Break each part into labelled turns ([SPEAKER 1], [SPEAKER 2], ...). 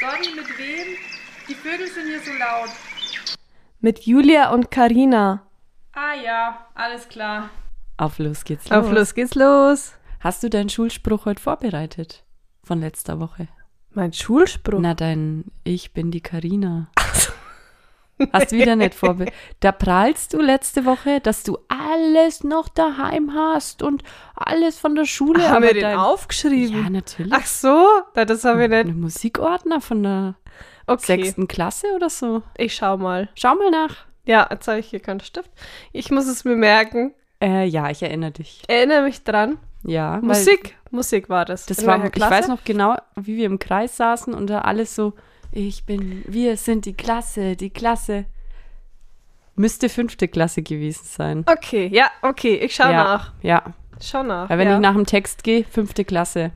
[SPEAKER 1] Mami, mit wem? Die Vögel sind hier so laut.
[SPEAKER 2] Mit Julia und Karina.
[SPEAKER 1] Ah ja, alles klar.
[SPEAKER 3] Auf los geht's los.
[SPEAKER 4] Auf los geht's los.
[SPEAKER 3] Hast du deinen Schulspruch heute vorbereitet? Von letzter Woche?
[SPEAKER 4] Mein Schulspruch.
[SPEAKER 3] Na, dein Ich bin die Karina. Hast wieder nicht vorbereitet. Da prahlst du letzte Woche, dass du alles noch daheim hast und alles von der Schule.
[SPEAKER 4] haben
[SPEAKER 3] aber
[SPEAKER 4] wir den
[SPEAKER 3] dein-
[SPEAKER 4] aufgeschrieben?
[SPEAKER 3] Ja, natürlich.
[SPEAKER 4] Ach so, na, das haben wir nicht.
[SPEAKER 3] Ein Musikordner von der
[SPEAKER 4] Okay,
[SPEAKER 3] sechsten Klasse oder so.
[SPEAKER 4] ich schau mal.
[SPEAKER 3] Schau mal nach.
[SPEAKER 4] Ja, jetzt habe ich hier keinen Stift. Ich muss es mir merken.
[SPEAKER 3] Äh, ja, ich erinnere dich.
[SPEAKER 4] Erinnere mich dran.
[SPEAKER 3] Ja, weil
[SPEAKER 4] Musik, Musik war das.
[SPEAKER 3] Das
[SPEAKER 4] In
[SPEAKER 3] war,
[SPEAKER 4] welcher
[SPEAKER 3] ich
[SPEAKER 4] Klasse?
[SPEAKER 3] weiß noch genau, wie wir im Kreis saßen und da alles so, ich bin, wir sind die Klasse, die Klasse. Müsste fünfte Klasse gewesen sein.
[SPEAKER 4] Okay, ja, okay, ich Oh, schau
[SPEAKER 3] ja,
[SPEAKER 4] nach.
[SPEAKER 3] Ja,
[SPEAKER 4] Schau nach.
[SPEAKER 3] weil wenn
[SPEAKER 4] ja.
[SPEAKER 3] ich nach dem Text gehe, fünfte Klasse.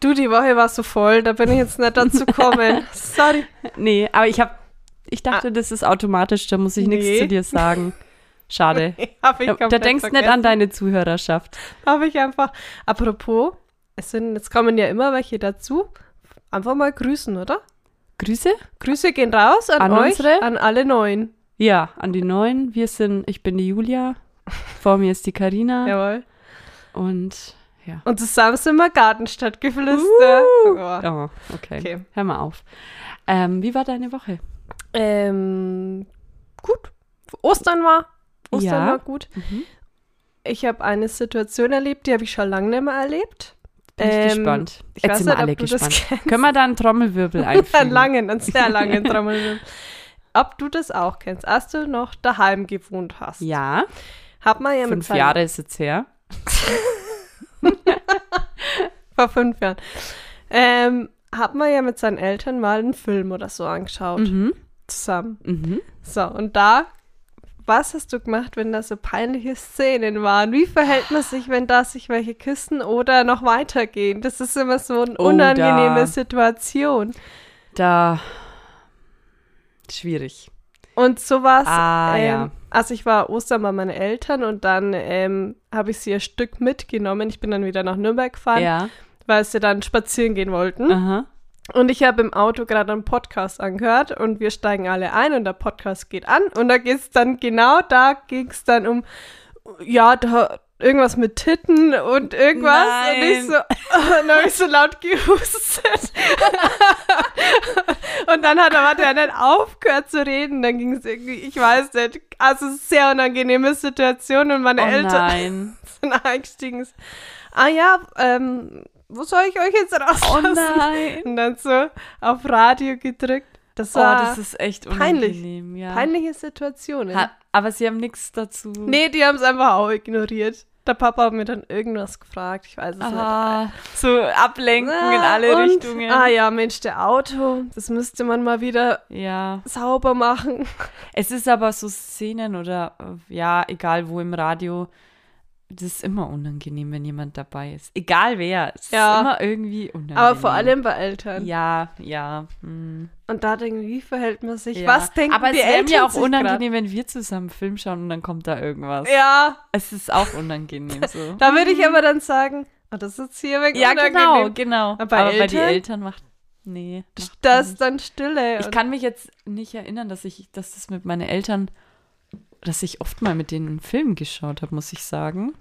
[SPEAKER 4] Du, die Woche war so voll, da bin ich jetzt nicht dazu gekommen. Sorry.
[SPEAKER 3] Nee, aber ich habe, ich dachte, das ist automatisch, da muss ich
[SPEAKER 4] Ah. Nee.
[SPEAKER 3] nichts zu dir sagen. Schade.
[SPEAKER 4] Hab ich
[SPEAKER 3] Da, da
[SPEAKER 4] komplett
[SPEAKER 3] denkst nicht
[SPEAKER 4] vergessen.
[SPEAKER 3] an deine Zuhörerschaft.
[SPEAKER 4] Habe ich einfach. Apropos, es sind, jetzt kommen ja immer welche dazu. Einfach mal grüßen, oder?
[SPEAKER 3] Grüße?
[SPEAKER 4] Grüße gehen raus an,
[SPEAKER 3] An
[SPEAKER 4] euch,
[SPEAKER 3] unsere?
[SPEAKER 4] an alle Neuen.
[SPEAKER 3] Ja, an die Neuen. Wir sind, ich bin die Julia, vor mir ist die Karina
[SPEAKER 4] Jawohl.
[SPEAKER 3] und ja.
[SPEAKER 4] Und zusammen sind wir Gartenstadtgeflüster. Oh.
[SPEAKER 3] Oh, okay.
[SPEAKER 4] Okay.
[SPEAKER 3] Hör mal auf. Ähm, wie war deine Woche?
[SPEAKER 4] Ähm, gut. Ostern war. Ostern
[SPEAKER 3] Ja. Mhm.
[SPEAKER 4] war gut. Ich habe eine Situation erlebt, die habe ich schon lange nicht mehr erlebt.
[SPEAKER 3] Bin ich
[SPEAKER 4] Ähm,
[SPEAKER 3] gespannt.
[SPEAKER 4] ich
[SPEAKER 3] Jetzt
[SPEAKER 4] weiß
[SPEAKER 3] sind
[SPEAKER 4] nicht,
[SPEAKER 3] wir alle
[SPEAKER 4] ob du das
[SPEAKER 3] gespannt.
[SPEAKER 4] kennst.
[SPEAKER 3] Können wir da einen Trommelwirbel einfügen?
[SPEAKER 4] Einen langen, einen sehr langen Trommelwirbel. Ob du das auch kennst, als du noch daheim gewohnt hast.
[SPEAKER 3] Ja,
[SPEAKER 4] Hat man ja mit
[SPEAKER 3] fünf
[SPEAKER 4] seinen-
[SPEAKER 3] Jahre ist jetzt her.
[SPEAKER 4] Vor fünf Jahren. Ähm, hat man ja mit seinen Eltern mal einen Film oder so angeschaut.
[SPEAKER 3] Mhm.
[SPEAKER 4] Zusammen.
[SPEAKER 3] Mhm.
[SPEAKER 4] So, und da, was hast du gemacht, wenn da so peinliche Szenen waren? Wie verhält man sich, wenn da sich welche küssen oder noch weitergehen? Das ist immer so eine
[SPEAKER 3] Oh,
[SPEAKER 4] unangenehme
[SPEAKER 3] da.
[SPEAKER 4] Situation.
[SPEAKER 3] Da. Schwierig.
[SPEAKER 4] Und sowas.
[SPEAKER 3] Ah,
[SPEAKER 4] ähm,
[SPEAKER 3] ja.
[SPEAKER 4] Also ich war Ostern bei meinen Eltern und dann ähm, habe ich sie ein Stück mitgenommen. Ich bin dann hm? wieder nach Nürnberg gefahren,
[SPEAKER 3] Ja.
[SPEAKER 4] weil sie dann spazieren gehen wollten.
[SPEAKER 3] Aha.
[SPEAKER 4] Und ich habe im Auto gerade einen Podcast angehört und wir steigen alle ein und der Podcast geht an und da geht's dann genau da ging's dann um ja da irgendwas mit Titten und irgendwas und ich
[SPEAKER 3] Nein.
[SPEAKER 4] so und dann habe ich so laut gehustet und dann hat er warte, er hat nicht aufgehört zu reden dann ging es irgendwie ich weiß nicht also es ist sehr unangenehme Situation und meine
[SPEAKER 3] Oh
[SPEAKER 4] Eltern
[SPEAKER 3] nein.
[SPEAKER 4] sind eingestiegen ah ja ähm, wo soll ich euch jetzt
[SPEAKER 3] Oh
[SPEAKER 4] rauslassen
[SPEAKER 3] nein.
[SPEAKER 4] und dann so auf Radio gedrückt. Das
[SPEAKER 3] Oh,
[SPEAKER 4] war
[SPEAKER 3] das ist echt
[SPEAKER 4] peinlich.
[SPEAKER 3] unangenehm. Ja.
[SPEAKER 4] peinliche Situationen.
[SPEAKER 3] Ha, aber sie haben nichts dazu.
[SPEAKER 4] nee, die haben es einfach auch ignoriert. Der Papa hat mir dann irgendwas gefragt, ich weiß es
[SPEAKER 3] Ah, so ablenken
[SPEAKER 4] nicht.
[SPEAKER 3] in alle
[SPEAKER 4] und,
[SPEAKER 3] Richtungen.
[SPEAKER 4] Ah ja, Mensch, der Auto, das müsste man mal wieder
[SPEAKER 3] ja.
[SPEAKER 4] sauber machen.
[SPEAKER 3] Es ist aber so Szenen oder äh, ja, egal wo im Radio, das ist immer unangenehm, wenn jemand dabei ist. Egal wer, es
[SPEAKER 4] Ja.
[SPEAKER 3] ist immer irgendwie unangenehm.
[SPEAKER 4] Aber vor allem bei Eltern.
[SPEAKER 3] Ja, ja. hm,
[SPEAKER 4] Und da denken, wie verhält man sich?
[SPEAKER 3] ja.
[SPEAKER 4] Was denken
[SPEAKER 3] Aber
[SPEAKER 4] die
[SPEAKER 3] es
[SPEAKER 4] Eltern
[SPEAKER 3] wäre mir auch
[SPEAKER 4] sich
[SPEAKER 3] unangenehm, wenn wir zusammen Film schauen und dann kommt da irgendwas.
[SPEAKER 4] Grad? Ja,
[SPEAKER 3] Es ist auch unangenehm so.
[SPEAKER 4] da würde ich aber dann sagen, oh, das ist hier wegen
[SPEAKER 3] ja, genau,
[SPEAKER 4] unangenehm.
[SPEAKER 3] genau.
[SPEAKER 4] Aber
[SPEAKER 3] Aber
[SPEAKER 4] bei
[SPEAKER 3] bei, die
[SPEAKER 4] Eltern?
[SPEAKER 3] Eltern macht. Nee. Macht
[SPEAKER 4] Das ist dann Stille.
[SPEAKER 3] Ich
[SPEAKER 4] und-
[SPEAKER 3] kann mich jetzt nicht erinnern, dass ich, dass das mit meinen Eltern, dass ich oft mal mit denen einen Film geschaut habe, muss ich sagen.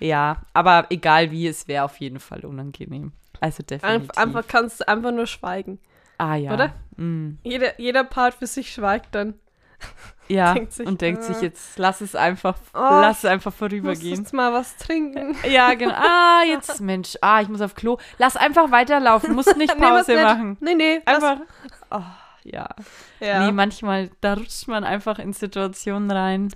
[SPEAKER 3] Ja, aber egal wie, es wäre auf jeden Fall unangenehm. Also
[SPEAKER 4] Einf-
[SPEAKER 3] definitiv.
[SPEAKER 4] einfach kannst du einfach nur schweigen.
[SPEAKER 3] ah ja.
[SPEAKER 4] oder?
[SPEAKER 3] Mm.
[SPEAKER 4] Jeder, jeder Part für sich schweigt dann.
[SPEAKER 3] Ja,
[SPEAKER 4] Denkt sich,
[SPEAKER 3] und denkt
[SPEAKER 4] äh,
[SPEAKER 3] sich jetzt, lass es einfach,
[SPEAKER 4] oh,
[SPEAKER 3] lass es einfach
[SPEAKER 4] Muss
[SPEAKER 3] vorübergehen.
[SPEAKER 4] jetzt mal was trinken.
[SPEAKER 3] Ja, genau. Ah, jetzt, Mensch, ah, ich muss auf Klo. Lass einfach weiterlaufen, musst nicht
[SPEAKER 4] Nee, was
[SPEAKER 3] Pause
[SPEAKER 4] nicht.
[SPEAKER 3] machen.
[SPEAKER 4] Nee, nee. lass-
[SPEAKER 3] Einfach. Oh, ja.
[SPEAKER 4] Ja.
[SPEAKER 3] Nee, manchmal, da rutscht man einfach in Situationen rein.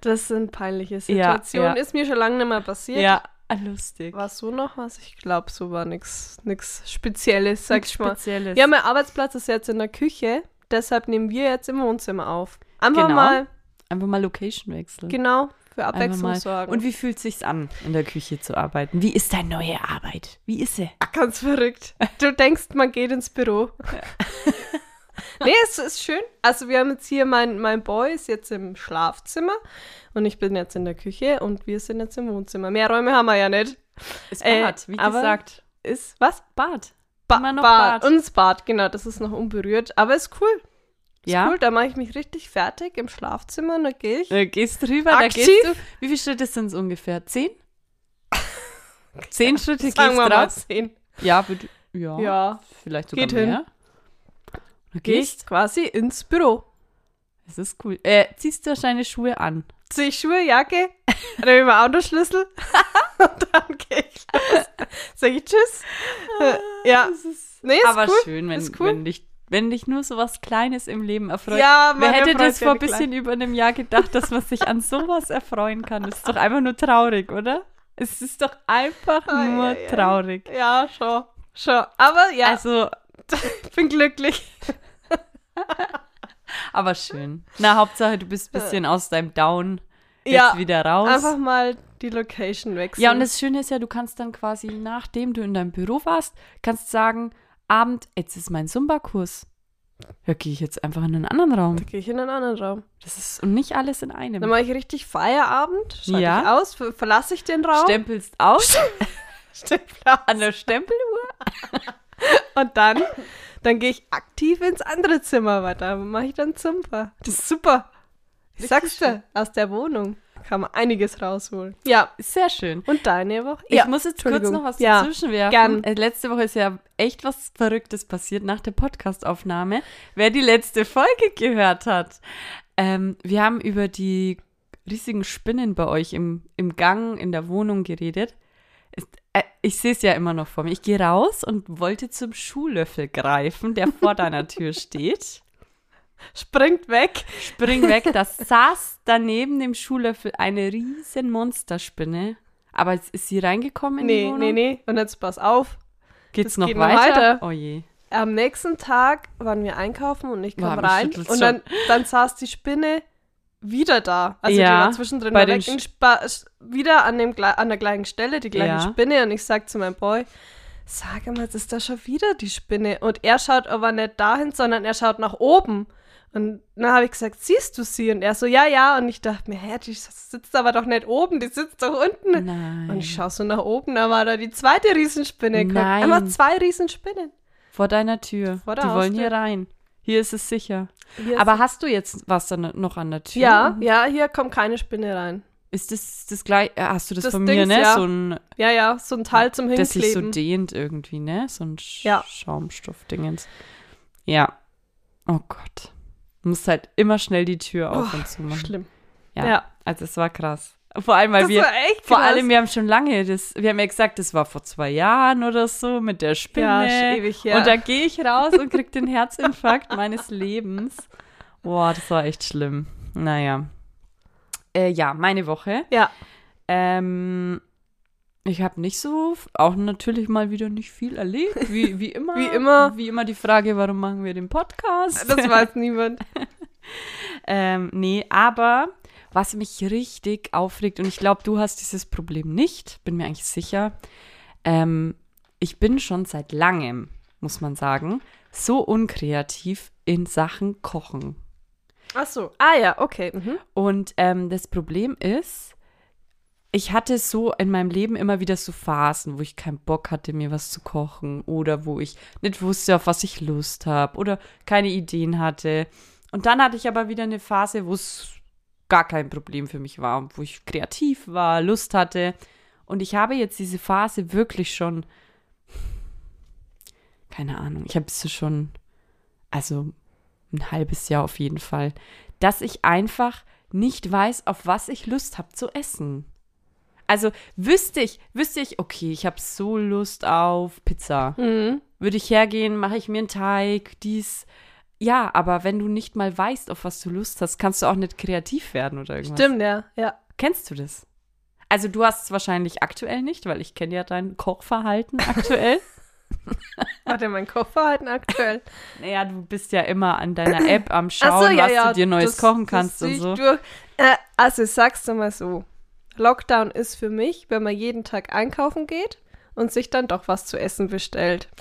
[SPEAKER 4] das sind peinliche Situationen.
[SPEAKER 3] ja.
[SPEAKER 4] Ist mir schon lange nicht mehr passiert.
[SPEAKER 3] Ja, ah, lustig.
[SPEAKER 4] War so noch was? Ich glaube, so war nichts nix Spezielles, sag
[SPEAKER 3] Nichts
[SPEAKER 4] ich mal.
[SPEAKER 3] Spezielles.
[SPEAKER 4] Ja, mein Arbeitsplatz ist jetzt in der Küche. Deshalb nehmen wir jetzt im Wohnzimmer auf. Einfach
[SPEAKER 3] Genau.
[SPEAKER 4] mal,
[SPEAKER 3] Einfach mal Location wechseln.
[SPEAKER 4] genau, für
[SPEAKER 3] Einfach
[SPEAKER 4] Abwechslung
[SPEAKER 3] mal.
[SPEAKER 4] sorgen.
[SPEAKER 3] Und wie fühlt sich's an, in der Küche zu arbeiten? Wie ist deine neue Arbeit? Wie ist sie?
[SPEAKER 4] Ganz verrückt. Du denkst, man geht ins Büro. nee, es ist schön. Also wir haben jetzt hier, mein, mein Boy ist jetzt im Schlafzimmer und ich bin jetzt in der Küche und wir sind jetzt im Wohnzimmer. Mehr Räume haben wir ja nicht.
[SPEAKER 3] Ist
[SPEAKER 4] Äh, aber- Ist was?
[SPEAKER 3] Äh, Bad.
[SPEAKER 4] Ba
[SPEAKER 3] Immer noch
[SPEAKER 4] Bart.
[SPEAKER 3] Bart.
[SPEAKER 4] Und das Bad, genau, das ist noch unberührt. Aber ist cool. Ist
[SPEAKER 3] Ja.
[SPEAKER 4] cool, da mache ich mich richtig fertig im Schlafzimmer und da gehe ich.
[SPEAKER 3] Da Äh, gehst du drüber,
[SPEAKER 4] Aktiv?
[SPEAKER 3] da gehst du. Wie viele Schritte sind es ungefähr? Zehn? Zehn Schritte gehst
[SPEAKER 4] Sagen
[SPEAKER 3] du
[SPEAKER 4] wir mal
[SPEAKER 3] raus?
[SPEAKER 4] zehn.
[SPEAKER 3] Ja, würd- ja,
[SPEAKER 4] Ja.
[SPEAKER 3] vielleicht sogar
[SPEAKER 4] Geht hin.
[SPEAKER 3] mehr. Da gehst
[SPEAKER 4] Gehst quasi ins Büro.
[SPEAKER 3] Es ist cool. Äh, ziehst du deine Schuhe an?
[SPEAKER 4] Zieh ich Schuhe, Jacke, nehme ich meinen Autoschlüssel und dann gehe ich los. Sag ich Tschüss. Äh, ja. Nee, ist
[SPEAKER 3] Ah, aber
[SPEAKER 4] cool.
[SPEAKER 3] schön, wenn,
[SPEAKER 4] ist cool.
[SPEAKER 3] wenn, dich, wenn dich nur so was Kleines im Leben erfreut.
[SPEAKER 4] Ja, man
[SPEAKER 3] Wer hätte
[SPEAKER 4] erfreut
[SPEAKER 3] das vor ein
[SPEAKER 4] gerne
[SPEAKER 3] bisschen über einem Jahr gedacht, dass man sich an sowas erfreuen kann? Das ist doch einfach nur traurig, oder? Es ist doch einfach
[SPEAKER 4] Ei,
[SPEAKER 3] nur
[SPEAKER 4] ei, ei.
[SPEAKER 3] traurig.
[SPEAKER 4] Ja, schon. Schon. Aber ja,
[SPEAKER 3] Also,
[SPEAKER 4] ich bin glücklich.
[SPEAKER 3] aber schön. Na, Hauptsache, du bist ein bisschen aus deinem Down jetzt
[SPEAKER 4] Äh. Ja,
[SPEAKER 3] wieder raus.
[SPEAKER 4] Einfach mal die Location wechseln.
[SPEAKER 3] Ja, und das Schöne ist ja, du kannst dann quasi, nachdem du in deinem Büro warst, kannst sagen, Abend, jetzt ist mein Zumba-Kurs. Ja, gehe ich jetzt einfach in einen anderen Raum.
[SPEAKER 4] Da gehe ich in einen anderen Raum.
[SPEAKER 3] Das ist und nicht alles in
[SPEAKER 4] Dann
[SPEAKER 3] einem.
[SPEAKER 4] mache ich richtig Feierabend, schalte
[SPEAKER 3] Ja.
[SPEAKER 4] ich aus, ver- verlasse ich den Raum,
[SPEAKER 3] Stempelst aus
[SPEAKER 4] stempel aus.
[SPEAKER 3] an der Stempeluhr.
[SPEAKER 4] und dann, dann gehe ich aktiv ins andere Zimmer weiter. Mache ich dann Zumba. Das ist super. Ich sag's dir, aus der Wohnung kann man einiges rausholen. Ja,
[SPEAKER 3] Sehr schön.
[SPEAKER 4] und deine Woche?
[SPEAKER 3] Ich
[SPEAKER 4] ja,
[SPEAKER 3] muss jetzt kurz
[SPEAKER 4] Entschuldigung.
[SPEAKER 3] noch was
[SPEAKER 4] ja.
[SPEAKER 3] dazwischen werfen.
[SPEAKER 4] gern.
[SPEAKER 3] Äh, Letzte Woche ist ja echt was Verrücktes passiert nach der Podcastaufnahme. Wer die letzte Folge gehört hat, ähm, wir haben über die riesigen Spinnen bei euch im, im Gang, in der Wohnung geredet. Ist, äh, ich sehe es ja immer noch vor mir. Ich gehe raus und wollte zum Schuhlöffel greifen, der vor deiner Tür steht.
[SPEAKER 4] Springt weg.
[SPEAKER 3] Spring weg, da saß daneben dem Schuhlöffel eine riesen Monsterspinne. Aber jetzt ist sie reingekommen in die
[SPEAKER 4] Nee,
[SPEAKER 3] Wohnung?
[SPEAKER 4] nee, nee. Und jetzt pass auf.
[SPEAKER 3] Geht's
[SPEAKER 4] Das
[SPEAKER 3] noch
[SPEAKER 4] geht noch
[SPEAKER 3] weiter?
[SPEAKER 4] weiter.
[SPEAKER 3] Oh je.
[SPEAKER 4] Am nächsten Tag waren wir einkaufen und ich kam
[SPEAKER 3] Wow, mich
[SPEAKER 4] rein
[SPEAKER 3] schüttelt's
[SPEAKER 4] und dann, dann saß die Spinne wieder da. Also
[SPEAKER 3] Ja,
[SPEAKER 4] die war zwischendrin
[SPEAKER 3] bei
[SPEAKER 4] mal
[SPEAKER 3] den
[SPEAKER 4] weg,
[SPEAKER 3] Sch-
[SPEAKER 4] und spa- s- wieder an, dem, gle- an der gleichen Stelle, die gleiche
[SPEAKER 3] Ja.
[SPEAKER 4] Spinne. Und ich sag zu meinem Boy, sag mal, jetzt ist da schon wieder die Spinne. Und er schaut aber nicht dahin, sondern er schaut nach oben. Und dann habe ich gesagt, siehst du sie? Und er so, ja, ja. Und ich dachte mir, hä, die sitzt aber doch nicht oben, die sitzt doch unten.
[SPEAKER 3] Nein.
[SPEAKER 4] Und ich schaue so nach oben, da war da die zweite Riesenspinne.
[SPEAKER 3] Nein.
[SPEAKER 4] Einfach zwei Riesenspinnen.
[SPEAKER 3] Vor deiner Tür.
[SPEAKER 4] Vor der
[SPEAKER 3] Die wollen
[SPEAKER 4] Haustür.
[SPEAKER 3] hier rein. Hier ist es sicher.
[SPEAKER 4] Hier
[SPEAKER 3] Aber hast du jetzt was dann noch an der Tür?
[SPEAKER 4] Ja, ja, hier kommt keine Spinne rein.
[SPEAKER 3] Ist das das gleich? äh, Hast du das,
[SPEAKER 4] Das
[SPEAKER 3] von mir,
[SPEAKER 4] Dings,
[SPEAKER 3] ne?
[SPEAKER 4] ja.
[SPEAKER 3] So ein,
[SPEAKER 4] Ja, ja, so ein Teil zum
[SPEAKER 3] das sich so
[SPEAKER 4] Hinkleben.
[SPEAKER 3] dehnt irgendwie, ne? So ein Sch
[SPEAKER 4] Ja.
[SPEAKER 3] Schaumstoffdingens. Ja. Oh Gott. Du musst halt immer schnell die Tür auf
[SPEAKER 4] Oh,
[SPEAKER 3] und zu machen.
[SPEAKER 4] Schlimm.
[SPEAKER 3] Ja.
[SPEAKER 4] Ja.
[SPEAKER 3] Also es war krass. Vor allem, weil
[SPEAKER 4] Das
[SPEAKER 3] wir,
[SPEAKER 4] war echt
[SPEAKER 3] vor
[SPEAKER 4] krass.
[SPEAKER 3] allem, wir haben schon lange, das, wir haben ja gesagt, das war vor zwei Jahren oder so mit der Spinne.
[SPEAKER 4] Ja, ist ewig her.
[SPEAKER 3] Und da gehe ich raus und krieg den Herzinfarkt meines Lebens. Boah, das war echt schlimm. Naja. Äh, ja, meine Woche.
[SPEAKER 4] Ja,
[SPEAKER 3] Ähm, ich habe nicht so, f- auch natürlich mal wieder nicht viel erlebt, wie, wie immer.
[SPEAKER 4] Wie immer.
[SPEAKER 3] Wie immer die Frage, warum machen wir den Podcast?
[SPEAKER 4] das weiß niemand.
[SPEAKER 3] Ähm, nee, aber was mich richtig aufregt, und ich glaube, du hast dieses Problem nicht, bin mir eigentlich sicher. Ähm, ich bin schon seit langem, muss man sagen, so unkreativ in Sachen Kochen.
[SPEAKER 4] Ach so. Ah ja, okay. Mhm.
[SPEAKER 3] Und ähm, das Problem ist, ich hatte so in meinem Leben immer wieder so Phasen, wo ich keinen Bock hatte, mir was zu kochen oder wo ich nicht wusste, auf was ich Lust habe oder keine Ideen hatte. Und dann hatte ich aber wieder eine Phase, wo es gar kein Problem für mich war, und wo ich kreativ war, Lust hatte. Und ich habe jetzt diese Phase wirklich schon, keine Ahnung, ich habe sie schon, also ein halbes Jahr auf jeden Fall, dass ich einfach nicht weiß, auf was ich Lust habe zu essen. Also wüsste ich, wüsste ich, okay, ich habe so Lust auf Pizza.
[SPEAKER 4] Mhm.
[SPEAKER 3] Würde ich hergehen, mache ich mir einen Teig, dies. Ja, aber wenn du nicht mal weißt, auf was du Lust hast, kannst du auch nicht kreativ werden oder irgendwas.
[SPEAKER 4] Stimmt, ja. ja.
[SPEAKER 3] Kennst du das? Also du hast es wahrscheinlich aktuell nicht, weil ich kenne ja dein Kochverhalten aktuell.
[SPEAKER 4] Warte, mein Koffer halt aktuell.
[SPEAKER 3] naja, du bist ja immer an deiner App am Schauen,
[SPEAKER 4] Ach so, ja,
[SPEAKER 3] was
[SPEAKER 4] ja,
[SPEAKER 3] du dir Neues
[SPEAKER 4] das-
[SPEAKER 3] kochen
[SPEAKER 4] das
[SPEAKER 3] kannst
[SPEAKER 4] zieh
[SPEAKER 3] und
[SPEAKER 4] ich
[SPEAKER 3] so.
[SPEAKER 4] Durch. Äh, also ich sag's dir mal so. Lockdown ist für mich, wenn man jeden Tag einkaufen geht und sich dann doch was zu essen bestellt.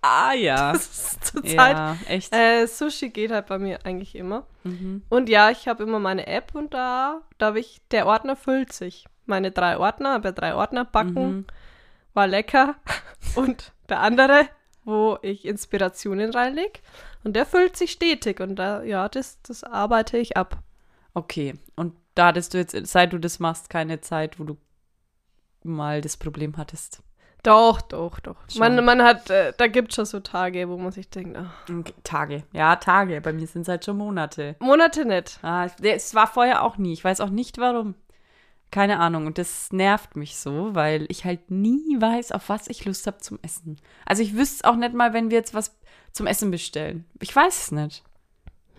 [SPEAKER 3] Ah ja.
[SPEAKER 4] Das ist zurzeit
[SPEAKER 3] Ja, echt. Mhm.
[SPEAKER 4] Äh, Sushi geht halt bei mir eigentlich immer. Und ja, ich habe immer meine App und da, da habe ich, der Ordner füllt sich. Meine drei
[SPEAKER 3] Mhm.
[SPEAKER 4] Ordner, habe ja drei Ordner backen, war lecker. Und der andere wo ich Inspirationen reinlege. Und der füllt sich stetig und da, ja, das, das arbeite ich ab.
[SPEAKER 3] Okay, und da hattest du jetzt, seit du das machst, keine Zeit, wo du mal das Problem hattest.
[SPEAKER 4] Doch, doch, doch.
[SPEAKER 3] Schon.
[SPEAKER 4] Man, man hat, äh, da gibt es schon so Tage, wo man sich denkt, ach,
[SPEAKER 3] Tage. Ja, Tage. Bei mir sind es halt schon Monate.
[SPEAKER 4] Monate nicht.
[SPEAKER 3] Ah, ich- es war vorher auch nie. Ich weiß auch nicht warum. Keine Ahnung. Und das nervt mich so, weil ich halt nie weiß, auf was ich Lust habe zum Essen. Also ich wüsste es auch nicht mal, wenn wir jetzt was zum Essen bestellen. Ich weiß es nicht.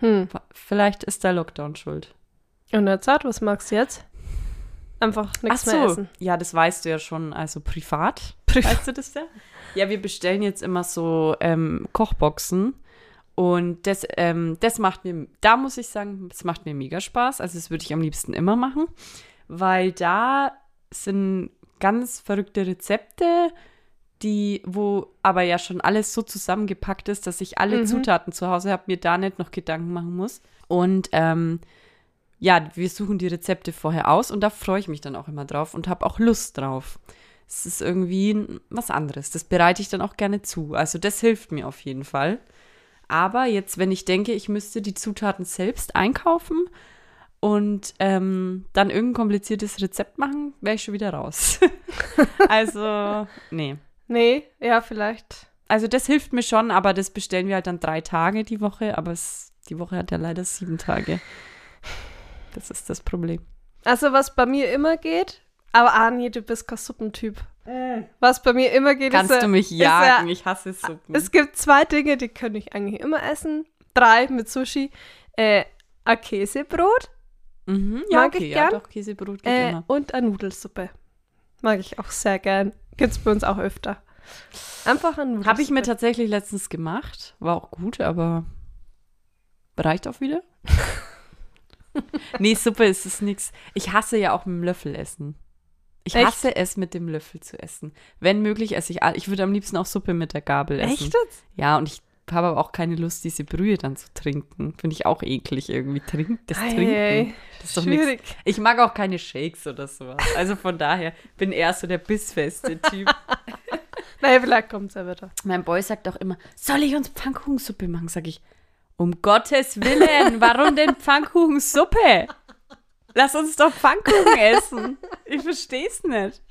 [SPEAKER 4] Hm.
[SPEAKER 3] Vielleicht ist der Lockdown schuld.
[SPEAKER 4] Und jetzt sagt, was magst du jetzt? Einfach nichts mehr essen.
[SPEAKER 3] ja, das weißt du ja schon. Also privat. Weißt du das ja? Ja, wir bestellen jetzt immer so ähm, Kochboxen. Und das, ähm, das macht mir, da muss ich sagen, das macht mir mega Spaß. Also das würde ich am liebsten immer machen, weil da sind ganz verrückte Rezepte, die, wo aber ja schon alles so zusammengepackt ist, dass ich alle
[SPEAKER 4] Mhm.
[SPEAKER 3] Zutaten zu Hause habe, mir da nicht noch Gedanken machen muss. Und ähm, ja, wir suchen die Rezepte vorher aus und da freue ich mich dann auch immer drauf und habe auch Lust drauf. Es ist irgendwie n- was anderes. Das bereite ich dann auch gerne zu. Also das hilft mir auf jeden Fall. Aber jetzt, wenn ich denke, ich müsste die Zutaten selbst einkaufen und ähm, dann irgendein kompliziertes Rezept machen, wäre ich schon wieder raus. also, nee.
[SPEAKER 4] Nee, ja, vielleicht.
[SPEAKER 3] Also das hilft mir schon, aber das bestellen wir halt dann drei Tage die Woche. Aber es, die Woche hat ja leider sieben Tage. Das ist das Problem.
[SPEAKER 4] Also, was bei mir immer geht, aber Arnie, du bist kein Suppentyp. Was bei mir immer geht,
[SPEAKER 3] Kannst
[SPEAKER 4] ist, äh,
[SPEAKER 3] du mich
[SPEAKER 4] ist, äh,
[SPEAKER 3] jagen? Ich hasse Suppen.
[SPEAKER 4] Es gibt zwei Dinge, die kann ich eigentlich immer essen. Drei mit Sushi. Äh, ein Käsebrot
[SPEAKER 3] Mhm, ja,
[SPEAKER 4] mag
[SPEAKER 3] okay,
[SPEAKER 4] ich
[SPEAKER 3] ja,
[SPEAKER 4] gern.
[SPEAKER 3] doch, Käsebrot geht
[SPEAKER 4] äh,
[SPEAKER 3] immer.
[SPEAKER 4] und eine Nudelsuppe. Mag ich auch sehr gern. Gibt's bei uns auch öfter. Einfach eine Nudelsuppe.
[SPEAKER 3] Habe ich mir tatsächlich letztens gemacht. War auch gut, aber reicht auch wieder? nee, Suppe ist es nix. Ich hasse ja auch mit dem Löffel essen. Ich
[SPEAKER 4] Echt?
[SPEAKER 3] hasse es, mit dem Löffel zu essen. Wenn möglich, esse ich. all- Ich würde am liebsten auch Suppe mit der Gabel essen.
[SPEAKER 4] Echt jetzt?
[SPEAKER 3] Ja, und ich habe aber auch keine Lust, diese Brühe dann zu trinken. Finde ich auch eklig irgendwie. Trink, das
[SPEAKER 4] Ei,
[SPEAKER 3] Trinken.
[SPEAKER 4] ei,
[SPEAKER 3] Das ist doch nichts.
[SPEAKER 4] Schwierig.
[SPEAKER 3] Ich mag auch keine Shakes oder sowas. Also von daher bin eher so der bissfeste Typ.
[SPEAKER 4] Naja, vielleicht kommt's ja wieder.
[SPEAKER 3] mein Boy sagt auch immer, soll ich uns Pfannkuchensuppe machen? Sag ich, um Gottes Willen, warum denn Pfannkuchensuppe? Lass uns doch Pfannkuchen essen. Ich versteh's nicht.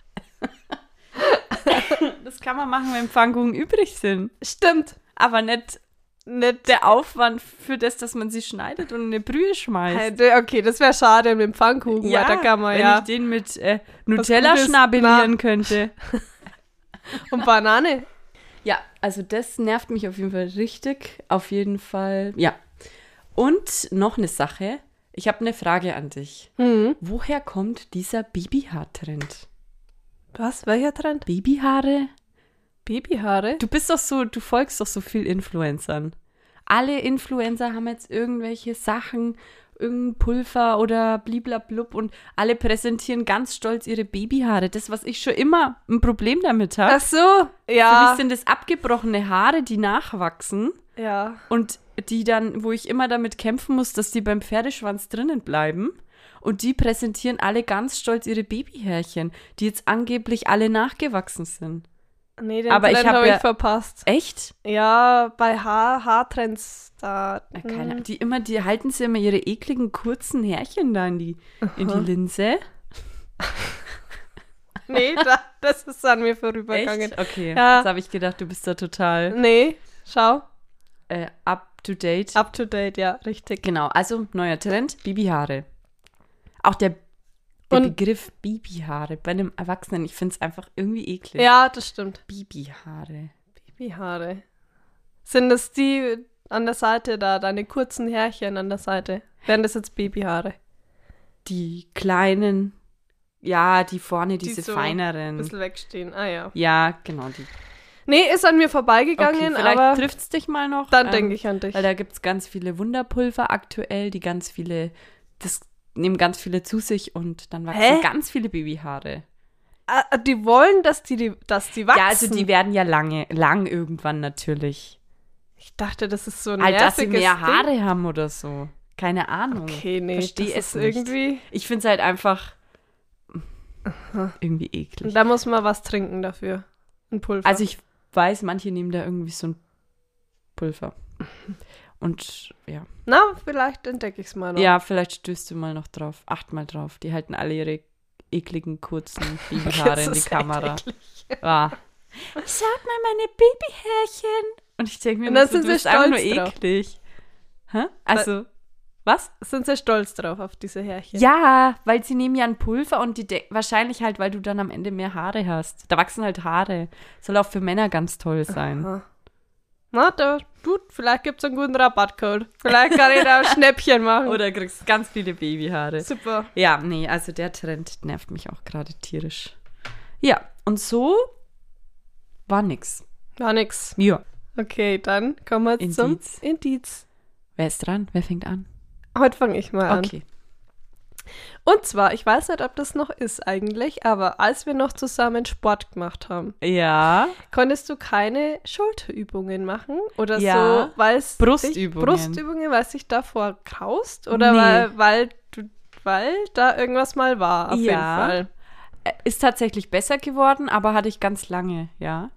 [SPEAKER 3] Das kann man machen, wenn Pfannkuchen übrig sind.
[SPEAKER 4] Stimmt.
[SPEAKER 3] Aber nicht, nicht der Aufwand für das, dass man sie schneidet und in eine Brühe schmeißt.
[SPEAKER 4] Halt, Okay, das wäre schade mit dem Pfannkuchen, ja, da kann man
[SPEAKER 3] wenn
[SPEAKER 4] ja.
[SPEAKER 3] ich den mit äh, Nutella
[SPEAKER 4] Gutes,
[SPEAKER 3] schnabellieren könnte.
[SPEAKER 4] Und Banane.
[SPEAKER 3] Ja, also das nervt mich auf jeden Fall richtig. Auf jeden Fall, ja. Und noch eine Sache. Ich habe eine Frage an dich.
[SPEAKER 4] Mhm.
[SPEAKER 3] Woher kommt dieser Babyhaar-Trend?
[SPEAKER 4] Was? Welcher Trend?
[SPEAKER 3] Babyhaare?
[SPEAKER 4] Babyhaare?
[SPEAKER 3] Du bist doch so, du folgst doch so viel Influencern. Alle Influencer haben jetzt irgendwelche Sachen, irgendein Pulver oder bliblablub und alle präsentieren ganz stolz ihre Babyhaare. Das, was ich schon immer ein Problem damit habe.
[SPEAKER 4] Ach so.
[SPEAKER 3] Für
[SPEAKER 4] Ja.
[SPEAKER 3] mich sind das abgebrochene Haare, die nachwachsen
[SPEAKER 4] ja.
[SPEAKER 3] und die dann, wo ich immer damit kämpfen muss, dass die beim Pferdeschwanz drinnen bleiben. Und die präsentieren alle ganz stolz ihre Babyhärchen, die jetzt angeblich alle nachgewachsen sind.
[SPEAKER 4] Nee, den
[SPEAKER 3] Aber ich
[SPEAKER 4] Trend
[SPEAKER 3] hab
[SPEAKER 4] habe
[SPEAKER 3] ja-
[SPEAKER 4] ich verpasst.
[SPEAKER 3] Echt?
[SPEAKER 4] Ja, bei Haar Haartrends da. Hm,
[SPEAKER 3] Na, Keine Ahnung. Die immer, die halten sie immer ihre ekligen kurzen Härchen da in die, in die Linse.
[SPEAKER 4] Nee, da, das ist an mir vorübergegangen.
[SPEAKER 3] Echt? Okay.
[SPEAKER 4] Ja.
[SPEAKER 3] Jetzt habe ich gedacht, du bist da total
[SPEAKER 4] Nee, schau.
[SPEAKER 3] äh, up to date.
[SPEAKER 4] Up to date, ja, richtig.
[SPEAKER 3] Genau, also neuer Trend, Bibihaare. Auch der, der
[SPEAKER 4] Und-
[SPEAKER 3] Begriff Bibihaare bei einem Erwachsenen, ich finde es einfach irgendwie eklig.
[SPEAKER 4] Ja, das stimmt.
[SPEAKER 3] Bibihaare.
[SPEAKER 4] Babyhaare. Sind das die an der Seite da, deine kurzen Härchen an der Seite? Wären das jetzt Babyhaare?
[SPEAKER 3] Die kleinen, ja, die vorne,
[SPEAKER 4] Die
[SPEAKER 3] diese
[SPEAKER 4] so Ein
[SPEAKER 3] feineren.
[SPEAKER 4] bisschen wegstehen, ah ja.
[SPEAKER 3] Ja, genau, die.
[SPEAKER 4] Nee, ist an mir
[SPEAKER 3] Okay,
[SPEAKER 4] vorbeigegangen,
[SPEAKER 3] vielleicht
[SPEAKER 4] aber
[SPEAKER 3] trifft es dich mal noch.
[SPEAKER 4] dann
[SPEAKER 3] ähm,
[SPEAKER 4] denke ich an dich.
[SPEAKER 3] Weil da gibt es ganz viele Wunderpulver aktuell, die ganz viele, das nehmen ganz viele zu sich und dann wachsen
[SPEAKER 4] Hä?
[SPEAKER 3] ganz viele Babyhaare.
[SPEAKER 4] Ah, die wollen, dass die, die, dass die wachsen.
[SPEAKER 3] Ja, also die werden ja lange, lang irgendwann natürlich.
[SPEAKER 4] ich dachte, das ist so ein
[SPEAKER 3] All dass sie
[SPEAKER 4] nerviges
[SPEAKER 3] mehr
[SPEAKER 4] Ding.
[SPEAKER 3] Haare haben oder so. Keine Ahnung.
[SPEAKER 4] Okay, nee,
[SPEAKER 3] Verstehe
[SPEAKER 4] das ist
[SPEAKER 3] es nicht.
[SPEAKER 4] irgendwie.
[SPEAKER 3] Ich finde es halt einfach irgendwie eklig.
[SPEAKER 4] Da muss man was trinken dafür. Ein Pulver.
[SPEAKER 3] Also ich weiß, manche nehmen da irgendwie so ein Pulver. Und ja.
[SPEAKER 4] Na, vielleicht entdecke ich es mal noch.
[SPEAKER 3] Ja, vielleicht stößt du mal noch drauf. Acht mal drauf. Die halten alle ihre ekligen, kurzen Babyhaare
[SPEAKER 4] Das
[SPEAKER 3] in die
[SPEAKER 4] ist echt
[SPEAKER 3] Kamera.
[SPEAKER 4] eklig.
[SPEAKER 3] Ah. Schaut mal meine Babyhärchen. Und ich denke mir,
[SPEAKER 4] Und dann
[SPEAKER 3] immer so,
[SPEAKER 4] sind
[SPEAKER 3] du
[SPEAKER 4] wir
[SPEAKER 3] bist einfach nur
[SPEAKER 4] stolz drauf.
[SPEAKER 3] eklig. Hä? Also, was?
[SPEAKER 4] Sind sehr stolz drauf, auf diese Härchen.
[SPEAKER 3] Ja, weil sie nehmen ja ein Pulver und die de- wahrscheinlich halt, weil du dann am Ende mehr Haare hast. Da wachsen halt Haare. Soll auch für Männer ganz toll sein.
[SPEAKER 4] Aha. Na, da, du, vielleicht gibt es einen guten Rabattcode. Vielleicht kann ich da Schnäppchen machen.
[SPEAKER 3] Oder kriegst ganz viele Babyhaare.
[SPEAKER 4] Super.
[SPEAKER 3] Ja, nee, also der Trend nervt mich auch gerade tierisch. Ja, und so war nix.
[SPEAKER 4] War nix.
[SPEAKER 3] Ja.
[SPEAKER 4] Okay, dann kommen wir jetzt
[SPEAKER 3] Indiz.
[SPEAKER 4] zum Indiz.
[SPEAKER 3] Wer ist dran? Wer fängt an?
[SPEAKER 4] Heute fange ich mal an.
[SPEAKER 3] Okay.
[SPEAKER 4] Und zwar, ich weiß nicht, ob das noch ist eigentlich, aber als wir noch zusammen Sport gemacht haben,
[SPEAKER 3] Ja.
[SPEAKER 4] konntest du keine Schulterübungen machen oder
[SPEAKER 3] Ja.
[SPEAKER 4] so, weil es dich-
[SPEAKER 3] Brustübungen.
[SPEAKER 4] Brustübungen, weil es sich davor kraust oder
[SPEAKER 3] Nee.
[SPEAKER 4] weil, weil du weil da irgendwas mal war auf
[SPEAKER 3] Ja.
[SPEAKER 4] jeden Fall.
[SPEAKER 3] Äh, Ist tatsächlich besser geworden, aber hatte ich ganz lange, ja.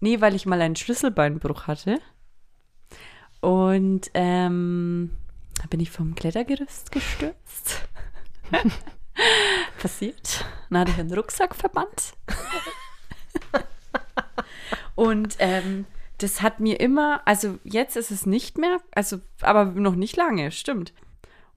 [SPEAKER 3] Nee, weil ich mal einen Schlüsselbeinbruch hatte. Und ähm, da bin ich vom Klettergerüst gestürzt. Passiert. Dann hatte ich einen Rucksack verbannt. Und ähm, das hat mir immer, also jetzt ist es nicht mehr, also aber noch nicht lange, stimmt.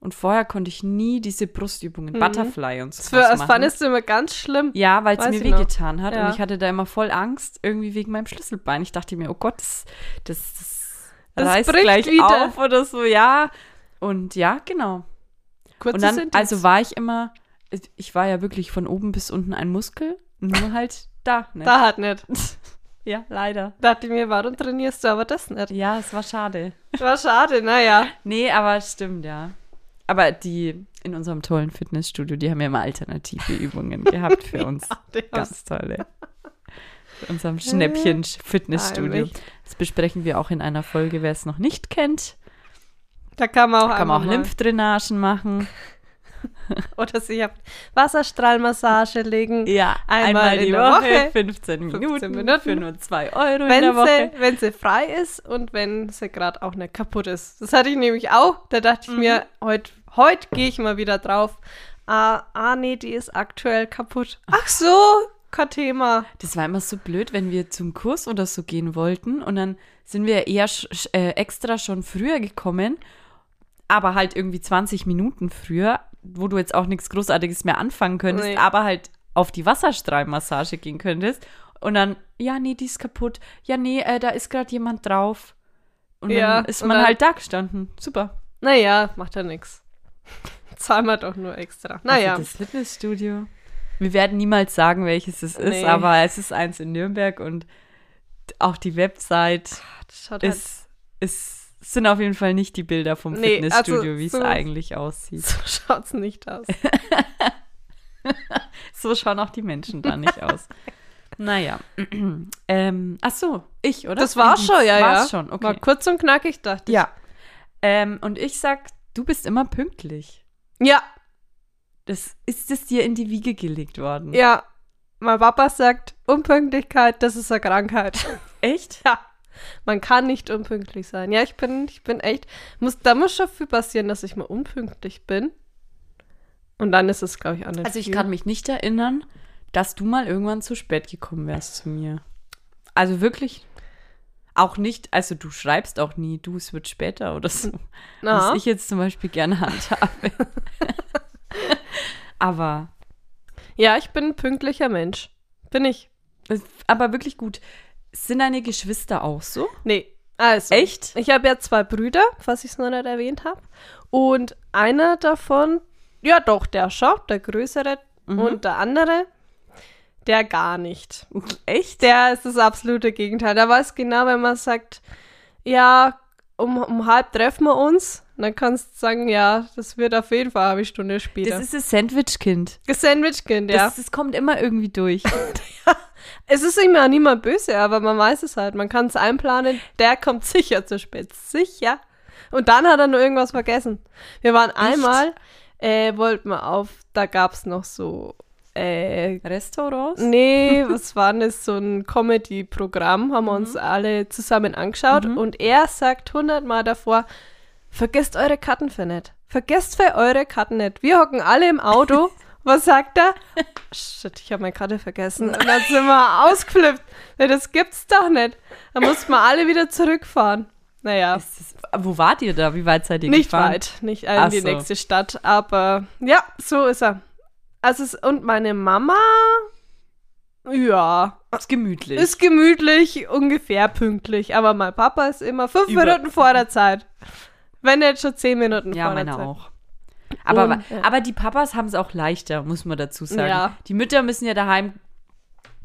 [SPEAKER 3] Und vorher konnte ich nie diese Brustübungen, Butterfly und so.
[SPEAKER 4] Das, war- das fandest du immer ganz schlimm.
[SPEAKER 3] Ja, weil es
[SPEAKER 4] Weiß
[SPEAKER 3] mir
[SPEAKER 4] ich noch.
[SPEAKER 3] wehgetan hat
[SPEAKER 4] Ja.
[SPEAKER 3] und ich hatte da immer voll Angst, irgendwie wegen meinem Schlüsselbein. Ich dachte mir, oh Gott, das, das, das,
[SPEAKER 4] Das
[SPEAKER 3] reißt
[SPEAKER 4] bricht
[SPEAKER 3] gleich
[SPEAKER 4] wieder.
[SPEAKER 3] auf oder so, ja. Und ja, genau.
[SPEAKER 4] Kurzes
[SPEAKER 3] und dann,
[SPEAKER 4] Indiz.
[SPEAKER 3] also war ich immer, ich war ja wirklich von oben bis unten ein Muskel, nur halt da. Ne?
[SPEAKER 4] da hat nicht.
[SPEAKER 3] Ja, leider.
[SPEAKER 4] Dachte ich mir, warum trainierst du aber das nicht?
[SPEAKER 3] Ja, es war schade.
[SPEAKER 4] War schade, naja.
[SPEAKER 3] Nee, aber stimmt, ja. Aber die in unserem tollen Fitnessstudio, die haben ja immer alternative Übungen gehabt für uns.
[SPEAKER 4] die haben-
[SPEAKER 3] Ganz tolle. In unserem
[SPEAKER 4] Äh,
[SPEAKER 3] Schnäppchen-Fitnessstudio.
[SPEAKER 4] Heimlich.
[SPEAKER 3] Das besprechen wir auch in einer Folge, wer es noch nicht kennt.
[SPEAKER 4] Da kann man auch,
[SPEAKER 3] Kann man auch
[SPEAKER 4] einfach mal-
[SPEAKER 3] Lymphdrainagen machen.
[SPEAKER 4] Oder sich auf Wasserstrahlmassage legen.
[SPEAKER 3] Ja,
[SPEAKER 4] einmal in der Woche.
[SPEAKER 3] 15 Minuten,
[SPEAKER 4] 15 Minuten.
[SPEAKER 3] für nur 2 Euro in
[SPEAKER 4] wenn
[SPEAKER 3] der Woche.
[SPEAKER 4] sie, wenn sie frei ist und wenn sie gerade auch nicht kaputt ist. Das hatte ich nämlich auch. Da dachte
[SPEAKER 3] Mhm.
[SPEAKER 4] ich mir, heute heut gehe ich mal wieder drauf. Ah, ah, nee, die ist aktuell kaputt. Ach so, kein Thema.
[SPEAKER 3] Das war immer so blöd, wenn wir zum Kurs oder so gehen wollten und dann sind wir eher sch sch- äh, extra schon früher gekommen, aber halt irgendwie 20 Minuten früher, wo du jetzt auch nichts Großartiges mehr anfangen könntest,
[SPEAKER 4] Nee.
[SPEAKER 3] aber halt auf die Wasserstrahlmassage gehen könntest und dann, ja, nee, die ist kaputt, ja, nee, äh, da ist gerade jemand drauf. Und
[SPEAKER 4] Ja,
[SPEAKER 3] dann ist
[SPEAKER 4] und
[SPEAKER 3] man
[SPEAKER 4] dann-
[SPEAKER 3] halt da gestanden. Super.
[SPEAKER 4] Naja, macht ja nichts. Zahlen wir doch nur extra. Naja,
[SPEAKER 3] Also das Fitnessstudio. Wir werden niemals sagen, welches es ist,
[SPEAKER 4] Nee.
[SPEAKER 3] aber es ist eins in Nürnberg und auch die Website.
[SPEAKER 4] das schaut halt
[SPEAKER 3] es, es sind auf jeden Fall nicht die Bilder vom
[SPEAKER 4] Nee,
[SPEAKER 3] Fitnessstudio,
[SPEAKER 4] also
[SPEAKER 3] wie es
[SPEAKER 4] so-
[SPEAKER 3] eigentlich aussieht.
[SPEAKER 4] so schaut's nicht aus.
[SPEAKER 3] So schauen auch die Menschen da nicht aus. Naja. ähm, ach so, ich, oder?
[SPEAKER 4] Das war's
[SPEAKER 3] Indiz.
[SPEAKER 4] schon, ja,
[SPEAKER 3] war's
[SPEAKER 4] ja.
[SPEAKER 3] schon, okay.
[SPEAKER 4] War kurz und knackig, dachte ich.
[SPEAKER 3] Ja. Ähm, und ich sag, du bist immer pünktlich.
[SPEAKER 4] Ja,
[SPEAKER 3] Das ist es dir in die Wiege gelegt worden.
[SPEAKER 4] ja. Mein Papa sagt, Unpünktlichkeit, das ist eine Krankheit.
[SPEAKER 3] Echt?
[SPEAKER 4] Ja, man kann nicht unpünktlich sein. Ja, ich bin, ich bin echt, muss, da muss schon viel passieren, dass ich mal unpünktlich bin. Und dann ist es, glaube ich, auch nicht
[SPEAKER 3] Also ich
[SPEAKER 4] viel.
[SPEAKER 3] kann mich nicht erinnern, dass du mal irgendwann zu spät gekommen wärst zu mir. Also wirklich auch nicht, also du schreibst auch nie, du, es wird später oder so.
[SPEAKER 4] Na,
[SPEAKER 3] Was ich jetzt zum Beispiel gerne handhabe. aber,
[SPEAKER 4] ja, ich bin ein pünktlicher Mensch. Bin ich.
[SPEAKER 3] aber wirklich gut. Sind deine Geschwister auch so?
[SPEAKER 4] Nee, also.
[SPEAKER 3] Echt?
[SPEAKER 4] Ich habe ja zwei Brüder, falls ich es noch nicht erwähnt habe. Und einer davon, ja doch, der schon, der größere.
[SPEAKER 3] Mhm.
[SPEAKER 4] Und der andere, der gar nicht.
[SPEAKER 3] Echt?
[SPEAKER 4] Der ist das absolute Gegenteil. Da weiß genau, wenn man sagt, ja, um, um halb treffen wir uns, dann kannst du sagen, ja, das wird auf jeden Fall eine halbe Stunde später.
[SPEAKER 3] Das ist das Sandwich-Kind.
[SPEAKER 4] Das Sandwichkind,
[SPEAKER 3] Das,
[SPEAKER 4] ja.
[SPEAKER 3] das kommt immer irgendwie durch.
[SPEAKER 4] es ist ihm ja niemand böse, aber man weiß es halt. Man kann es einplanen, der kommt sicher zu spät. Sicher. Und dann hat er nur irgendwas vergessen. Wir waren einmal, äh, wollten wir auf, da gab es noch so äh,
[SPEAKER 3] Restaurants?
[SPEAKER 4] Nee, was war denn das? So ein Comedy-Programm, haben wir
[SPEAKER 3] Mhm.
[SPEAKER 4] uns alle zusammen angeschaut. Und er sagt hundertmal davor, vergesst eure Karten für nicht. Vergesst für eure Karten nicht. Wir hocken alle im Auto. Was sagt er? Shit, ich habe meine Karte vergessen. Und dann sind wir ausgeflippt. Nee, das gibt's doch nicht. Dann mussten wir alle wieder zurückfahren. Naja,
[SPEAKER 3] Ist das- Wo wart ihr da? Wie weit seid ihr
[SPEAKER 4] nicht
[SPEAKER 3] gefahren?
[SPEAKER 4] weit. Nicht
[SPEAKER 3] Ach
[SPEAKER 4] in die
[SPEAKER 3] so.
[SPEAKER 4] nächste Stadt. Aber ja, so ist er. Also, es, und meine Mama. Ja,
[SPEAKER 3] Ist gemütlich.
[SPEAKER 4] ist gemütlich, ungefähr pünktlich. Aber mein Papa ist immer fünf
[SPEAKER 3] Über-
[SPEAKER 4] Minuten vor der Zeit. Wenn nicht schon zehn Minuten
[SPEAKER 3] ja,
[SPEAKER 4] vor der
[SPEAKER 3] meine
[SPEAKER 4] Zeit.
[SPEAKER 3] auch. Aber,
[SPEAKER 4] Und, äh,
[SPEAKER 3] aber die Papas haben es auch leichter, muss man dazu sagen.
[SPEAKER 4] Ja.
[SPEAKER 3] Die Mütter müssen ja daheim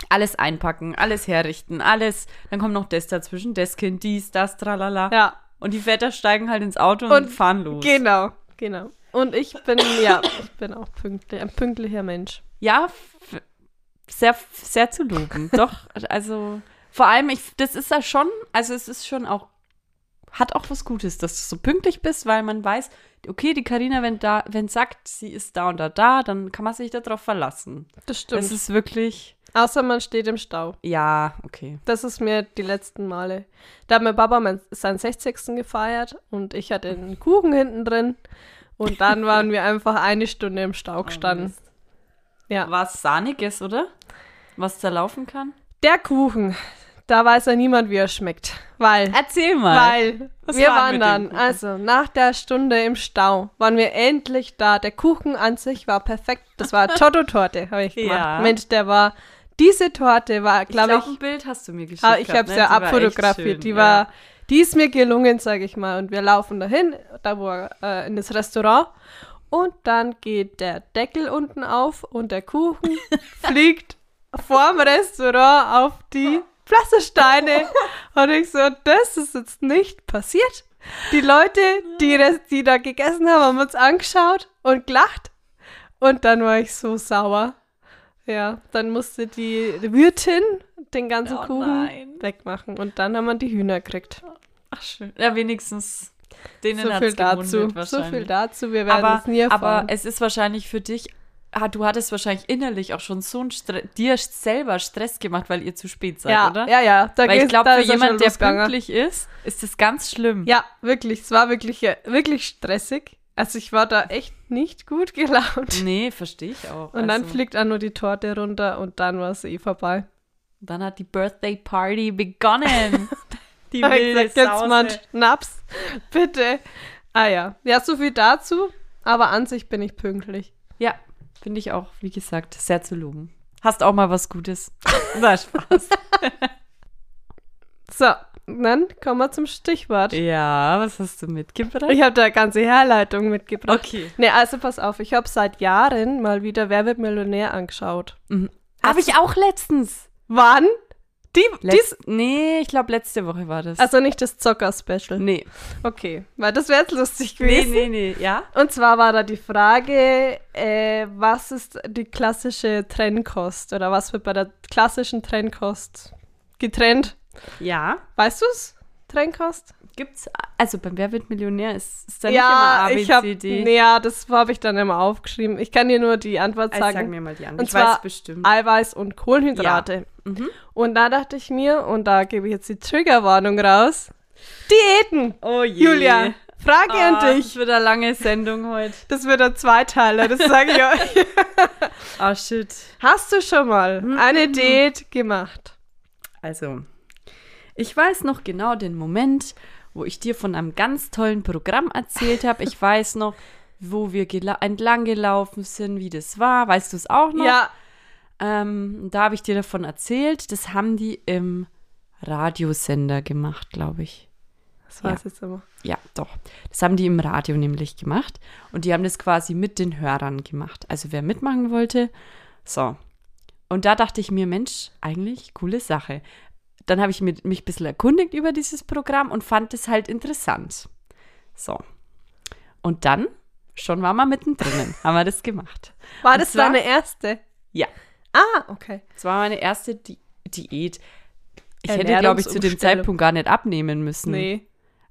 [SPEAKER 3] alles einpacken, alles herrichten, alles. Dann kommt noch das dazwischen, das Kind, dies, das, tralala.
[SPEAKER 4] Ja,
[SPEAKER 3] Und die Väter steigen halt ins Auto und,
[SPEAKER 4] Und
[SPEAKER 3] fahren los.
[SPEAKER 4] genau, genau. Und ich bin, ja, ich bin auch pünktlich, ein pünktlicher Mensch.
[SPEAKER 3] Ja, f- sehr, sehr zu loben. Doch, also vor allem, ich, das ist ja schon, also es ist schon auch, hat auch was Gutes, dass du so pünktlich bist, weil man weiß, okay, die Karina, wenn da, wenn sagt, sie ist da und da da, dann kann man sich darauf verlassen.
[SPEAKER 4] Das stimmt.
[SPEAKER 3] Das ist wirklich,
[SPEAKER 4] Außer man steht im Stau.
[SPEAKER 3] ja, okay.
[SPEAKER 4] Das ist mir die letzten Male. Da hat mein Papa mein, seinen 60. gefeiert und ich hatte einen Kuchen hinten drin. Und dann waren wir einfach eine Stunde im
[SPEAKER 3] Oh,
[SPEAKER 4] Stau gestanden. ja.
[SPEAKER 3] War es Sahniges, oder? Was da laufen kann?
[SPEAKER 4] Der Kuchen, da weiß ja niemand, wie er schmeckt. Weil,
[SPEAKER 3] Erzähl mal.
[SPEAKER 4] weil
[SPEAKER 3] Was
[SPEAKER 4] wir
[SPEAKER 3] war
[SPEAKER 4] waren
[SPEAKER 3] mit dem
[SPEAKER 4] dann,
[SPEAKER 3] Kuchen?
[SPEAKER 4] also nach der Stunde im Stau, waren wir endlich da. Der Kuchen an sich war perfekt. Das war Toto-Torte, habe ich gemacht.
[SPEAKER 3] Ja.
[SPEAKER 4] Mensch, der war, diese Torte war,
[SPEAKER 3] ich
[SPEAKER 4] glaube
[SPEAKER 3] glaub,
[SPEAKER 4] ich,
[SPEAKER 3] ein Bild hast du mir geschickt.
[SPEAKER 4] ah, ich habe
[SPEAKER 3] gehabt,
[SPEAKER 4] es
[SPEAKER 3] ne?
[SPEAKER 4] ja
[SPEAKER 3] Die war echt schön,
[SPEAKER 4] abfotografiert. Die
[SPEAKER 3] ja.
[SPEAKER 4] war, die ist mir gelungen, sage ich mal. Und wir laufen dahin, da wo er, äh, in das Restaurant. Und dann geht der Deckel unten auf und der Kuchen fliegt vorm Restaurant auf die Pflastersteine. Und ich so, das ist jetzt nicht passiert. Die Leute, die, das- die da gegessen haben, haben uns angeschaut und gelacht. Und dann war ich so sauer. Ja, dann musste die Wirtin den ganzen
[SPEAKER 3] Oh
[SPEAKER 4] Kuchen
[SPEAKER 3] nein.
[SPEAKER 4] wegmachen. Und dann haben wir die Hühner gekriegt.
[SPEAKER 3] Ach, schön. Ja, wenigstens. Denen
[SPEAKER 4] so
[SPEAKER 3] hat's
[SPEAKER 4] viel dazu.
[SPEAKER 3] gewundert
[SPEAKER 4] So
[SPEAKER 3] wahrscheinlich.
[SPEAKER 4] viel dazu. Wir werden
[SPEAKER 3] aber,
[SPEAKER 4] es nie
[SPEAKER 3] aber
[SPEAKER 4] erfahren.
[SPEAKER 3] es ist wahrscheinlich für dich, ah, du hattest wahrscheinlich innerlich auch schon so einen Stre dir selber Stress gemacht, weil ihr zu spät seid,
[SPEAKER 4] ja,
[SPEAKER 3] halt, oder?
[SPEAKER 4] ja, ja. Da
[SPEAKER 3] weil ich
[SPEAKER 4] geht's-
[SPEAKER 3] glaube,
[SPEAKER 4] da
[SPEAKER 3] für
[SPEAKER 4] ist er schon
[SPEAKER 3] jemanden, der
[SPEAKER 4] losgegangen.
[SPEAKER 3] pünktlich ist, ist das ganz schlimm.
[SPEAKER 4] Ja, wirklich. Es war wirklich, äh, wirklich stressig. Also ich war da echt nicht gut gelaunt.
[SPEAKER 3] Nee, verstehe ich auch.
[SPEAKER 4] Und dann
[SPEAKER 3] Mhm. Also,
[SPEAKER 4] fliegt auch nur die Torte runter und dann war es eh vorbei.
[SPEAKER 3] dann hat die Birthday Party begonnen. die
[SPEAKER 4] Hab
[SPEAKER 3] wilde
[SPEAKER 4] ich gesagt, jetzt mal einen
[SPEAKER 3] Sause.
[SPEAKER 4] Schnaps, bitte. Ah ja, ja, so viel dazu, aber an sich bin ich pünktlich.
[SPEAKER 3] Ja, finde ich auch, wie gesagt, sehr zu loben. Hast auch mal was Gutes. Na, Spaß.
[SPEAKER 4] So, dann kommen wir zum Stichwort.
[SPEAKER 3] ja, was hast du mitgebracht?
[SPEAKER 4] Ich habe da eine ganze Herleitung mitgebracht.
[SPEAKER 3] Okay.
[SPEAKER 4] Ne, also pass auf, ich habe seit Jahren mal wieder Wer wird Millionär angeschaut.
[SPEAKER 3] Habe ich auch letztens.
[SPEAKER 4] Wann? Die, dies,
[SPEAKER 3] Letz nee, ich glaube, letzte Woche war das.
[SPEAKER 4] also nicht das Zocker-Special.
[SPEAKER 3] nee.
[SPEAKER 4] Okay, weil das wäre jetzt lustig
[SPEAKER 3] Nee,
[SPEAKER 4] gewesen.
[SPEAKER 3] nee, nee, ja.
[SPEAKER 4] Und zwar war da die Frage, äh, was ist die klassische Trennkost oder was wird bei der klassischen Trennkost getrennt?
[SPEAKER 3] Ja.
[SPEAKER 4] Weißt du's? Trennkost?
[SPEAKER 3] Gibt's, also beim Wer wird Millionär ist, ist da
[SPEAKER 4] ja,
[SPEAKER 3] nicht
[SPEAKER 4] ich
[SPEAKER 3] immer A,
[SPEAKER 4] habe.
[SPEAKER 3] B, C, D.
[SPEAKER 4] Nee, ja, das habe ich dann immer aufgeschrieben. Ich kann dir nur die Antwort
[SPEAKER 3] also
[SPEAKER 4] sagen.
[SPEAKER 3] sag mir mal die anderen.
[SPEAKER 4] Und
[SPEAKER 3] Ich
[SPEAKER 4] zwar-
[SPEAKER 3] weiß bestimmt.
[SPEAKER 4] Eiweiß und Kohlenhydrate.
[SPEAKER 3] Mhm.
[SPEAKER 4] Und da dachte ich mir, und da gebe ich jetzt die Triggerwarnung raus: Diäten!
[SPEAKER 3] Oh je.
[SPEAKER 4] Julia, Frage
[SPEAKER 3] Ah,
[SPEAKER 4] an
[SPEAKER 3] Das
[SPEAKER 4] dich.
[SPEAKER 3] wird eine lange Sendung heute.
[SPEAKER 4] Das wird ein Zweiteiler, das sage ich euch.
[SPEAKER 3] Ah, shit.
[SPEAKER 4] Hast du schon mal eine Diät gemacht?
[SPEAKER 3] Also, ich weiß noch genau den Moment, wo ich dir von einem ganz tollen Programm erzählt habe. Ich weiß noch, wo wir gela- entlang gelaufen sind, wie das war. Weißt du es auch noch?
[SPEAKER 4] Ja,
[SPEAKER 3] Ähm, da habe ich dir davon erzählt. Das haben die im Radiosender gemacht, glaube ich.
[SPEAKER 4] das weiß ich jetzt immer.
[SPEAKER 3] Ja, doch. Das haben die im Radio nämlich gemacht. Und die haben das quasi mit den Hörern gemacht. Also wer mitmachen wollte. So. Und da dachte ich mir, Mensch, eigentlich coole Sache. Dann habe ich mit, mich ein bisschen erkundigt über dieses Programm und fand es halt interessant. So. Und dann, schon waren wir mittendrin, haben wir das gemacht.
[SPEAKER 4] War
[SPEAKER 3] Und
[SPEAKER 4] das
[SPEAKER 3] zwar-
[SPEAKER 4] deine erste?
[SPEAKER 3] Ja.
[SPEAKER 4] Ah, okay.
[SPEAKER 3] Das war meine erste Di Diät. Ich hätte, glaube ich, zu dem
[SPEAKER 4] Ernährungsumstellung.
[SPEAKER 3] Zeitpunkt gar nicht abnehmen müssen.
[SPEAKER 4] Nee.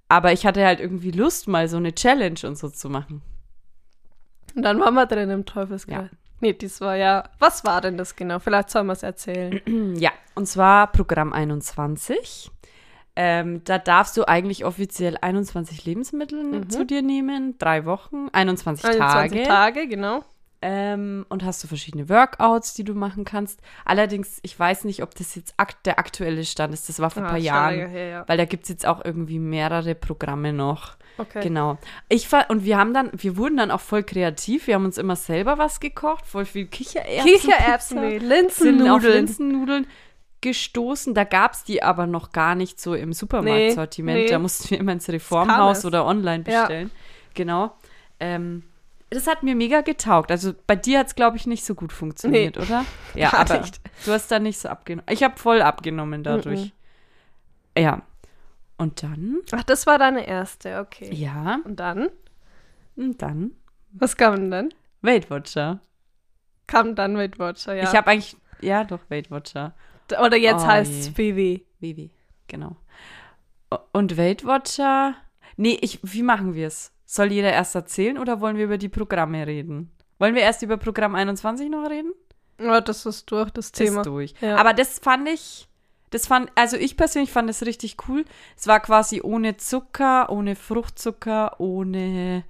[SPEAKER 3] Aber ich hatte halt irgendwie Lust, mal so eine Challenge und so zu machen.
[SPEAKER 4] Und dann waren wir drin im Teufelskreis.
[SPEAKER 3] Ja.
[SPEAKER 4] Nee, dies war ja. Was war denn das genau? Vielleicht sollen wir es erzählen.
[SPEAKER 3] Hm, Ja, und zwar Programm 21. Ähm, da darfst du eigentlich offiziell 21 Lebensmittel zu dir nehmen, drei Wochen, 21,
[SPEAKER 4] 21
[SPEAKER 3] Tage.
[SPEAKER 4] Mhm. Tage, genau.
[SPEAKER 3] Ähm, und hast du verschiedene Workouts, die du machen kannst. Allerdings, ich weiß nicht, ob das jetzt ak der aktuelle Stand ist. Das war vor ein
[SPEAKER 4] Ah,
[SPEAKER 3] paar
[SPEAKER 4] schon
[SPEAKER 3] Jahren.
[SPEAKER 4] länger her, ja.
[SPEAKER 3] Weil da gibt es jetzt auch irgendwie mehrere Programme noch.
[SPEAKER 4] Okay.
[SPEAKER 3] Genau. Ich fa- und wir haben dann, wir wurden dann auch voll kreativ. Wir haben uns immer selber was gekocht, voll viel Kichererbsen.
[SPEAKER 4] Kichererbsen, nee,
[SPEAKER 3] sind auf
[SPEAKER 4] Linsennudeln.
[SPEAKER 3] Linsennudeln gestoßen. Da gab es die aber noch gar nicht so im Supermarktsortiment.
[SPEAKER 4] Nee, nee.
[SPEAKER 3] Da mussten wir immer ins
[SPEAKER 4] kam
[SPEAKER 3] Reformhaus
[SPEAKER 4] erst.
[SPEAKER 3] oder online
[SPEAKER 4] Ja.
[SPEAKER 3] bestellen. Genau. Ähm, das hat mir mega getaugt. Also bei dir hat es, glaube ich, nicht so gut funktioniert, oder? Ja,
[SPEAKER 4] Gar
[SPEAKER 3] aber
[SPEAKER 4] nicht.
[SPEAKER 3] du hast da nicht so abgenommen. Ich habe voll abgenommen dadurch. Ja. Und dann?
[SPEAKER 4] Ach, das war deine erste, okay.
[SPEAKER 3] Ja.
[SPEAKER 4] Und dann?
[SPEAKER 3] Und dann?
[SPEAKER 4] Was kam denn dann?
[SPEAKER 3] Weight Watcher.
[SPEAKER 4] Kam dann Weight Watcher, ja.
[SPEAKER 3] Ich habe eigentlich, ja doch, Weight Watcher.
[SPEAKER 4] Oder jetzt
[SPEAKER 3] Oh
[SPEAKER 4] heißt es
[SPEAKER 3] je.
[SPEAKER 4] BW.
[SPEAKER 3] WW, genau. O- Und Weight Watcher? Nee, ich, wie machen wir es? Soll jeder erst erzählen oder wollen wir über die Programme reden? Wollen wir erst über Programm 21 noch reden?
[SPEAKER 4] Ja, Oh, das ist durch, das Thema.
[SPEAKER 3] Ist durch.
[SPEAKER 4] Ja.
[SPEAKER 3] Aber das fand ich, das fand, also ich persönlich fand das richtig cool. Es war quasi ohne Zucker, ohne Fruchtzucker, ohne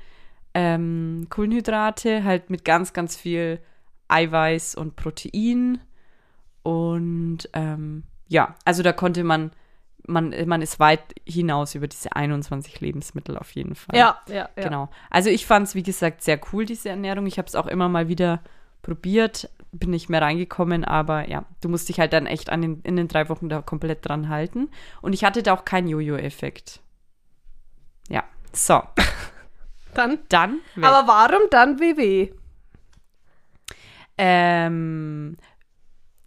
[SPEAKER 3] ähm, Kohlenhydrate, halt mit ganz, ganz viel Eiweiß und Protein. Und ähm, ja, also da konnte man, man, man ist weit hinaus über diese 21 Lebensmittel auf jeden Fall.
[SPEAKER 4] Ja, ja, ja.
[SPEAKER 3] Genau. Also ich fand es, wie gesagt, sehr cool, diese Ernährung. Ich habe es auch immer mal wieder probiert, bin nicht mehr reingekommen, aber ja, du musst dich halt dann echt an den, in den drei Wochen da komplett dran halten. Und ich hatte da auch keinen Jojo-Effekt. Ja, so,
[SPEAKER 4] Dann.
[SPEAKER 3] dann.
[SPEAKER 4] Aber warum dann WW?
[SPEAKER 3] Ähm,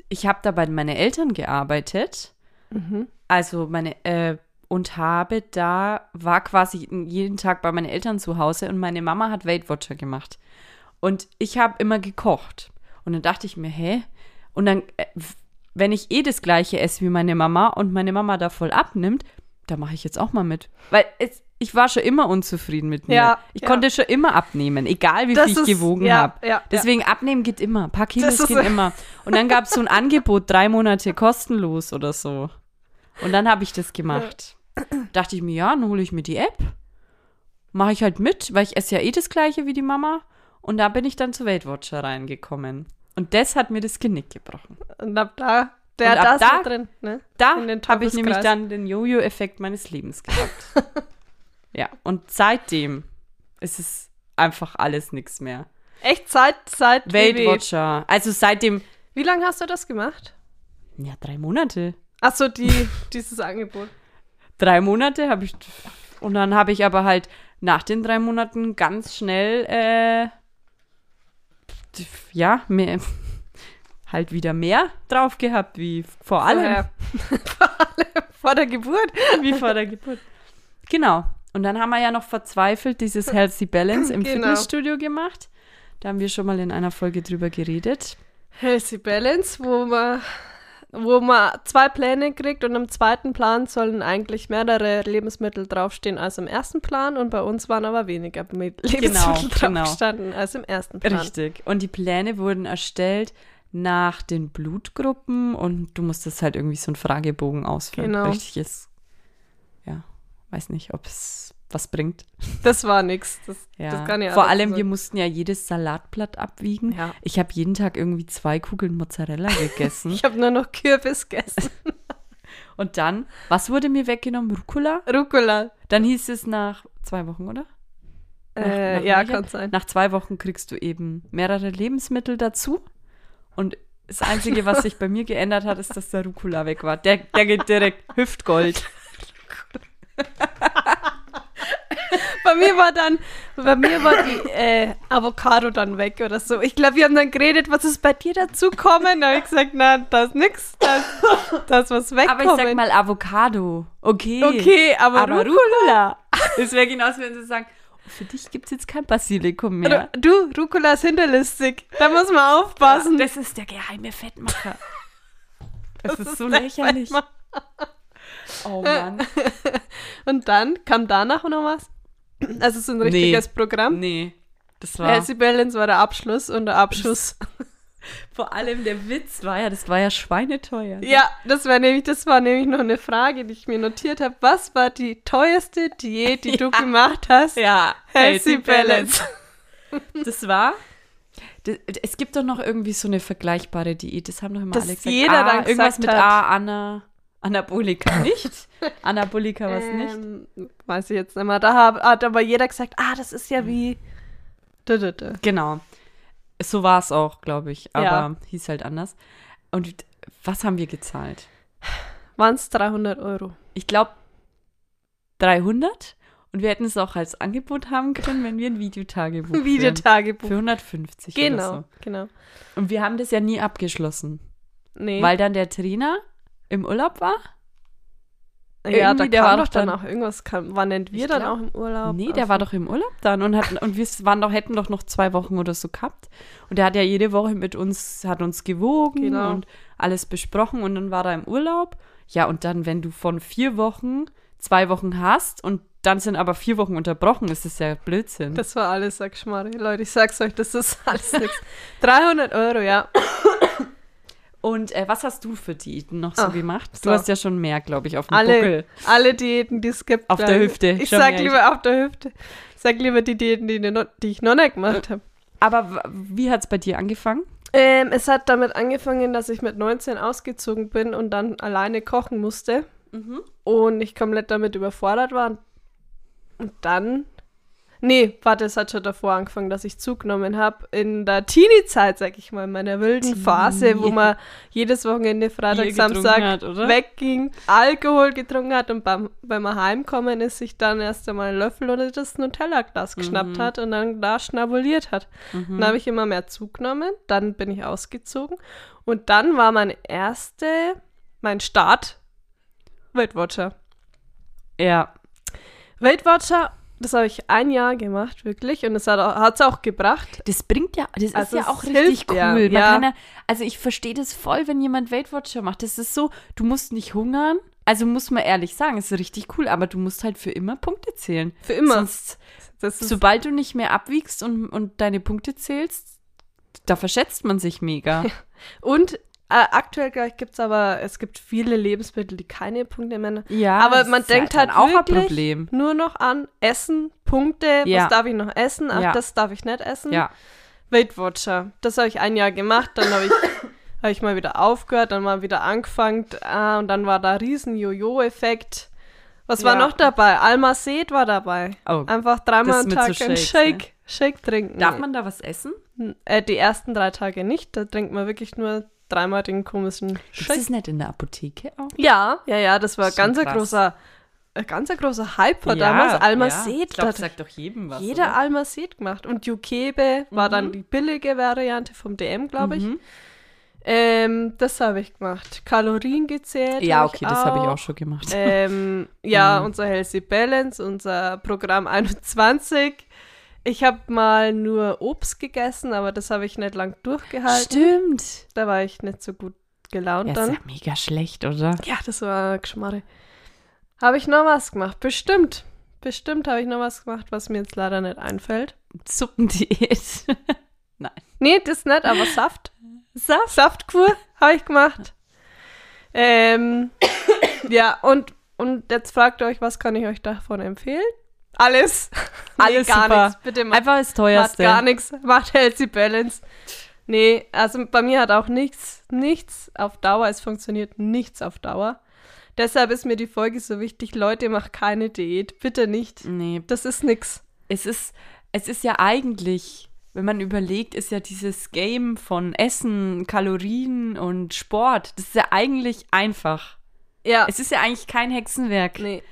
[SPEAKER 3] ich habe da bei meinen Eltern gearbeitet. Also meine äh, und habe da war quasi jeden Tag bei meinen Eltern zu Hause und meine Mama hat Weight Watcher gemacht und ich habe immer gekocht und dann dachte ich mir, hä? Und dann äh, w- wenn ich eh das gleiche esse wie meine Mama und meine Mama da voll abnimmt, da mache ich jetzt auch mal mit, weil es, ich war schon immer unzufrieden mit mir.
[SPEAKER 4] Ja,
[SPEAKER 3] ich
[SPEAKER 4] ja.
[SPEAKER 3] konnte schon immer abnehmen, egal wie
[SPEAKER 4] Das
[SPEAKER 3] viel ich
[SPEAKER 4] ist-
[SPEAKER 3] gewogen
[SPEAKER 4] ja,
[SPEAKER 3] habe.
[SPEAKER 4] ja, ja.
[SPEAKER 3] Deswegen abnehmen geht immer, ein paar Kilos
[SPEAKER 4] Das ist-
[SPEAKER 3] geht immer. Und dann gab es so ein Angebot, drei Monate kostenlos oder so. Und dann habe ich das gemacht. Dachte ich mir, ja, dann hole ich mir die App, mache ich halt mit, weil ich esse ja eh das gleiche wie die Mama. Und da bin ich dann zu Weight Watcher reingekommen. Und das hat mir das Genick gebrochen.
[SPEAKER 4] Und ab da, der
[SPEAKER 3] Und ab
[SPEAKER 4] das da
[SPEAKER 3] da-
[SPEAKER 4] drin, ne?
[SPEAKER 3] Da
[SPEAKER 4] In den
[SPEAKER 3] habe ich nämlich
[SPEAKER 4] Teufelskreis.
[SPEAKER 3] dann den Jojo-Effekt meines Lebens gehabt. ja, und seitdem ist es einfach alles nichts mehr.
[SPEAKER 4] Echt seit, seit
[SPEAKER 3] Weight
[SPEAKER 4] WW.
[SPEAKER 3] Watcher. Also seitdem,
[SPEAKER 4] Wie lange hast du das gemacht?
[SPEAKER 3] ja, drei Monate.
[SPEAKER 4] Achso, die, dieses Angebot.
[SPEAKER 3] Drei Monate habe ich. Und dann habe ich aber halt nach den drei Monaten ganz schnell, äh, ja, mehr, halt wieder mehr drauf gehabt, wie vor allem.
[SPEAKER 4] Vorher. Vor allem vor der Geburt.
[SPEAKER 3] Wie vor der Geburt. Genau. Und dann haben wir ja noch verzweifelt dieses Healthy Balance im
[SPEAKER 4] Genau.
[SPEAKER 3] Fitnessstudio gemacht. Da haben wir schon mal in einer Folge drüber geredet.
[SPEAKER 4] Healthy Balance, wo man, wo man zwei Pläne kriegt und im zweiten Plan sollen eigentlich mehrere Lebensmittel draufstehen als im ersten Plan und bei uns waren aber weniger Me- Lebensmittel
[SPEAKER 3] genau.
[SPEAKER 4] draufgestanden als im ersten Plan.
[SPEAKER 3] Richtig. Und die Pläne wurden erstellt nach den Blutgruppen und du musstest halt irgendwie so einen Fragebogen ausfüllen.
[SPEAKER 4] Genau.
[SPEAKER 3] Richtig ist. Ja, weiß nicht, ob es was bringt.
[SPEAKER 4] Das war nix. Das,
[SPEAKER 3] Ja.
[SPEAKER 4] das kann ja
[SPEAKER 3] Vor
[SPEAKER 4] alles
[SPEAKER 3] allem,
[SPEAKER 4] sein.
[SPEAKER 3] wir mussten ja jedes Salatblatt abwiegen.
[SPEAKER 4] Ja.
[SPEAKER 3] Ich habe jeden Tag irgendwie zwei Kugeln Mozzarella gegessen.
[SPEAKER 4] Ich habe nur noch Kürbis gegessen.
[SPEAKER 3] und dann, was wurde mir weggenommen? Rucola?
[SPEAKER 4] Rucola.
[SPEAKER 3] Dann hieß es nach zwei Wochen, oder? Nach-
[SPEAKER 4] Äh,
[SPEAKER 3] nach
[SPEAKER 4] ja,
[SPEAKER 3] welcher-
[SPEAKER 4] kann sein.
[SPEAKER 3] Nach zwei Wochen kriegst du eben mehrere Lebensmittel dazu. Und das Einzige, was sich bei mir geändert hat, ist, dass der Rucola weg war. Der, der geht direkt Hüftgold.
[SPEAKER 4] Bei mir war dann, bei mir war die äh, Avocado dann weg oder so. Ich glaube, wir haben dann geredet, was ist bei dir dazukommen? Da habe ich gesagt, na, da ist nix, da ist, da ist was
[SPEAKER 3] Aber
[SPEAKER 4] wegkommen.
[SPEAKER 3] ich sag mal Avocado. Okay.
[SPEAKER 4] okay, aber,
[SPEAKER 3] Aber
[SPEAKER 4] Rucola.
[SPEAKER 3] Rucola. Das wäre genauso, wenn sie sagen, oh, für dich gibt es jetzt kein Basilikum mehr.
[SPEAKER 4] Ru- Du, Rucola ist hinterlistig. Da muss man aufpassen.
[SPEAKER 3] Das ist der geheime Fettmacher. Das, ist, so
[SPEAKER 4] der
[SPEAKER 3] lächerlich.
[SPEAKER 4] Fettmacher.
[SPEAKER 3] Oh Mann.
[SPEAKER 4] Und dann kam danach noch was? Also so ein richtiges Programm.
[SPEAKER 3] Nee. Das war
[SPEAKER 4] Healthy Balance war der Abschluss und der Abschluss.
[SPEAKER 3] vor allem der Witz war ja, das war ja schweineteuer.
[SPEAKER 4] Ja, das war nämlich, das war nämlich noch eine Frage, die ich mir notiert habe. Was war die teuerste Diät, die du gemacht hast?
[SPEAKER 3] Ja,
[SPEAKER 4] Healthy Balance.
[SPEAKER 3] Das war. d- d- Es gibt doch noch irgendwie so eine vergleichbare Diät. Das haben doch immer
[SPEAKER 4] Dass
[SPEAKER 3] alle gesagt.
[SPEAKER 4] jeder
[SPEAKER 3] ah,
[SPEAKER 4] dann
[SPEAKER 3] irgendwas
[SPEAKER 4] gesagt
[SPEAKER 3] mit
[SPEAKER 4] hat.
[SPEAKER 3] A, Anna, Anabolika nicht. Anabolika was nicht.
[SPEAKER 4] Ähm, weiß ich jetzt nicht mehr. Da hab, hat aber jeder gesagt, ah, das ist
[SPEAKER 3] Hm.
[SPEAKER 4] ja wie. Da, da, da.
[SPEAKER 3] Genau. So war es auch, glaube ich. Aber
[SPEAKER 4] Ja.
[SPEAKER 3] hieß halt anders. Und was haben wir gezahlt?
[SPEAKER 4] Waren es 300 Euro?
[SPEAKER 3] Ich glaube 300. Und wir hätten es auch als Angebot haben können, wenn wir ein Videotagebuch führen. Für
[SPEAKER 4] Videotagebuch.
[SPEAKER 3] 150
[SPEAKER 4] Genau,
[SPEAKER 3] oder
[SPEAKER 4] genau.
[SPEAKER 3] so. Und wir haben das ja nie abgeschlossen.
[SPEAKER 4] Nee.
[SPEAKER 3] Weil dann der Trainer im Urlaub war.
[SPEAKER 4] ja, da
[SPEAKER 3] irgendwie, der
[SPEAKER 4] kam
[SPEAKER 3] war
[SPEAKER 4] doch
[SPEAKER 3] doch dann-
[SPEAKER 4] dann auch irgendwas. Kam, waren denn wir
[SPEAKER 3] Ich
[SPEAKER 4] dann
[SPEAKER 3] glaub-
[SPEAKER 4] auch im Urlaub?
[SPEAKER 3] Nee, der war doch im Urlaub dann und, hat, und wir waren doch, hätten doch noch zwei Wochen oder so gehabt. Und der hat ja jede Woche mit uns, hat uns gewogen
[SPEAKER 4] Genau.
[SPEAKER 3] und alles besprochen und dann war er im Urlaub. Ja, und dann, wenn du von vier Wochen zwei Wochen hast und dann sind aber vier Wochen unterbrochen, ist das ja Blödsinn.
[SPEAKER 4] Das war alles Sackschmarre. Leute, ich sag's euch, das ist alles nichts. 300 Euro, ja.
[SPEAKER 3] und äh, was hast du für Diäten noch so
[SPEAKER 4] Ach,
[SPEAKER 3] gemacht? Du
[SPEAKER 4] Ah, so.
[SPEAKER 3] hast ja schon mehr, glaube ich, auf dem
[SPEAKER 4] Alle,
[SPEAKER 3] Buckel.
[SPEAKER 4] alle Diäten, die es gibt.
[SPEAKER 3] Auf der
[SPEAKER 4] glaub ich.
[SPEAKER 3] Hüfte,
[SPEAKER 4] Ich
[SPEAKER 3] schon
[SPEAKER 4] sag
[SPEAKER 3] mehr.
[SPEAKER 4] lieber auf der Hüfte. Ich sag lieber die Diäten, die, ne- die ich noch nicht gemacht habe.
[SPEAKER 3] Aber w- wie hat es bei dir angefangen?
[SPEAKER 4] Ähm, es hat damit angefangen, dass ich mit 19 ausgezogen bin und dann alleine kochen musste Mhm. und ich komplett damit überfordert war. Und dann. Nee, warte, es hat schon davor angefangen, dass ich zugenommen habe. In der Teenie-Zeit, sag ich mal, in meiner wilden Phase, wo man jedes Wochenende Freitag,
[SPEAKER 3] Bier getrunken
[SPEAKER 4] Samstag
[SPEAKER 3] hat, oder?
[SPEAKER 4] wegging, Alkohol getrunken hat und beim, wenn man heimkommen ist, sich dann erst einmal einen Löffel oder das Nutella-Glas geschnappt hat und dann da schnabuliert hat. Dann habe ich immer mehr zugenommen, dann bin ich ausgezogen und dann war meine erste, mein Start, Weight Watcher.
[SPEAKER 3] Ja.
[SPEAKER 4] Weight Watcher, das habe ich ein Jahr gemacht, wirklich. Und das hat es auch gebracht.
[SPEAKER 3] Das bringt ja, das
[SPEAKER 4] Also
[SPEAKER 3] ist ja
[SPEAKER 4] es
[SPEAKER 3] auch richtig
[SPEAKER 4] hilft
[SPEAKER 3] cool.
[SPEAKER 4] ja,
[SPEAKER 3] Man
[SPEAKER 4] ja.
[SPEAKER 3] Kann ja, also ich verstehe das voll, wenn jemand Weight Watcher macht. Das ist so, du musst nicht hungern. Also muss man ehrlich sagen, ist richtig cool, aber du musst halt für immer Punkte zählen.
[SPEAKER 4] Für immer.
[SPEAKER 3] Sonst,
[SPEAKER 4] Das ist,
[SPEAKER 3] sobald du nicht mehr abwiegst und, und deine Punkte zählst, da verschätzt man sich mega.
[SPEAKER 4] und äh, aktuell gleich gibt es aber, es gibt viele Lebensmittel, die keine Punkte mehr
[SPEAKER 3] ja,
[SPEAKER 4] aber
[SPEAKER 3] das
[SPEAKER 4] man
[SPEAKER 3] ist ja
[SPEAKER 4] denkt
[SPEAKER 3] dann
[SPEAKER 4] halt
[SPEAKER 3] auch
[SPEAKER 4] wirklich
[SPEAKER 3] ein Problem.
[SPEAKER 4] nur noch an Essen, Punkte,
[SPEAKER 3] Ja.
[SPEAKER 4] was darf ich noch essen, ach,
[SPEAKER 3] Ja.
[SPEAKER 4] das darf ich nicht essen.
[SPEAKER 3] Ja,
[SPEAKER 4] Weight Watcher, das habe ich ein Jahr gemacht, dann habe ich, hab ich mal wieder aufgehört, dann mal wieder angefangen ah, und dann war da riesen Jojo-Effekt. Was war
[SPEAKER 3] Ja.
[SPEAKER 4] noch dabei? Alma Seed war dabei.
[SPEAKER 3] Oh,
[SPEAKER 4] Einfach dreimal
[SPEAKER 3] das
[SPEAKER 4] am
[SPEAKER 3] mit
[SPEAKER 4] Tag
[SPEAKER 3] so
[SPEAKER 4] einen
[SPEAKER 3] Shakes, ne?
[SPEAKER 4] Shake, Shake trinken.
[SPEAKER 3] darf man da was essen?
[SPEAKER 4] Äh, die ersten drei Tage nicht, da trinkt man wirklich nur dreimal den komischen
[SPEAKER 3] Ist das
[SPEAKER 4] Shake.
[SPEAKER 3] nicht in der Apotheke auch?
[SPEAKER 4] Ja, ja, ja, das war
[SPEAKER 3] Das ist
[SPEAKER 4] ganz ein
[SPEAKER 3] krass.
[SPEAKER 4] großer, ein ganz ein großer Hype war damals. Alma Seed,
[SPEAKER 3] Ich glaub,
[SPEAKER 4] da-
[SPEAKER 3] das sagt doch jedem was.
[SPEAKER 4] jeder
[SPEAKER 3] oder?
[SPEAKER 4] Alma Seed gemacht. Und Jukebe war dann die billige Variante vom DM, glaube ich.
[SPEAKER 3] Mhm.
[SPEAKER 4] Ähm, das habe ich gemacht. Kalorien gezählt.
[SPEAKER 3] Ja,
[SPEAKER 4] hab
[SPEAKER 3] okay, das habe ich auch schon gemacht.
[SPEAKER 4] Ähm, ja,
[SPEAKER 3] Mhm.
[SPEAKER 4] unser Healthy Balance, unser Programm 21. Ich habe mal nur Obst gegessen, aber das habe ich nicht lang durchgehalten.
[SPEAKER 3] Stimmt.
[SPEAKER 4] Da war ich nicht so gut gelaunt
[SPEAKER 3] Ja, ist
[SPEAKER 4] dann.
[SPEAKER 3] ja mega schlecht, oder?
[SPEAKER 4] Ja, das war Geschmarre. Habe ich noch was gemacht? Bestimmt. Bestimmt habe ich noch was gemacht, was mir jetzt leider nicht einfällt.
[SPEAKER 3] Suppendiät.
[SPEAKER 4] Nee, das nicht, aber Saft. Saft? Saftkur habe ich gemacht. Ähm, ja, und, und jetzt fragt ihr euch, was kann ich euch davon empfehlen? Alles.
[SPEAKER 3] Alles
[SPEAKER 4] nee, gar
[SPEAKER 3] super.
[SPEAKER 4] nichts. Bitte macht,
[SPEAKER 3] Einfach das
[SPEAKER 4] macht
[SPEAKER 3] teuerste.
[SPEAKER 4] gar nichts. Macht Healthy Balance. Nee, also bei mir hat auch nichts, nichts auf Dauer. Es funktioniert nichts auf Dauer. Deshalb ist mir die Folge so wichtig. Leute, macht keine Diät. Bitte nicht.
[SPEAKER 3] Nee,
[SPEAKER 4] Das ist nix.
[SPEAKER 3] es ist, es ist ja eigentlich, wenn man überlegt, ist ja dieses Game von Essen, Kalorien und Sport, das ist ja eigentlich einfach.
[SPEAKER 4] Ja.
[SPEAKER 3] Es ist ja eigentlich kein Hexenwerk,
[SPEAKER 4] nee.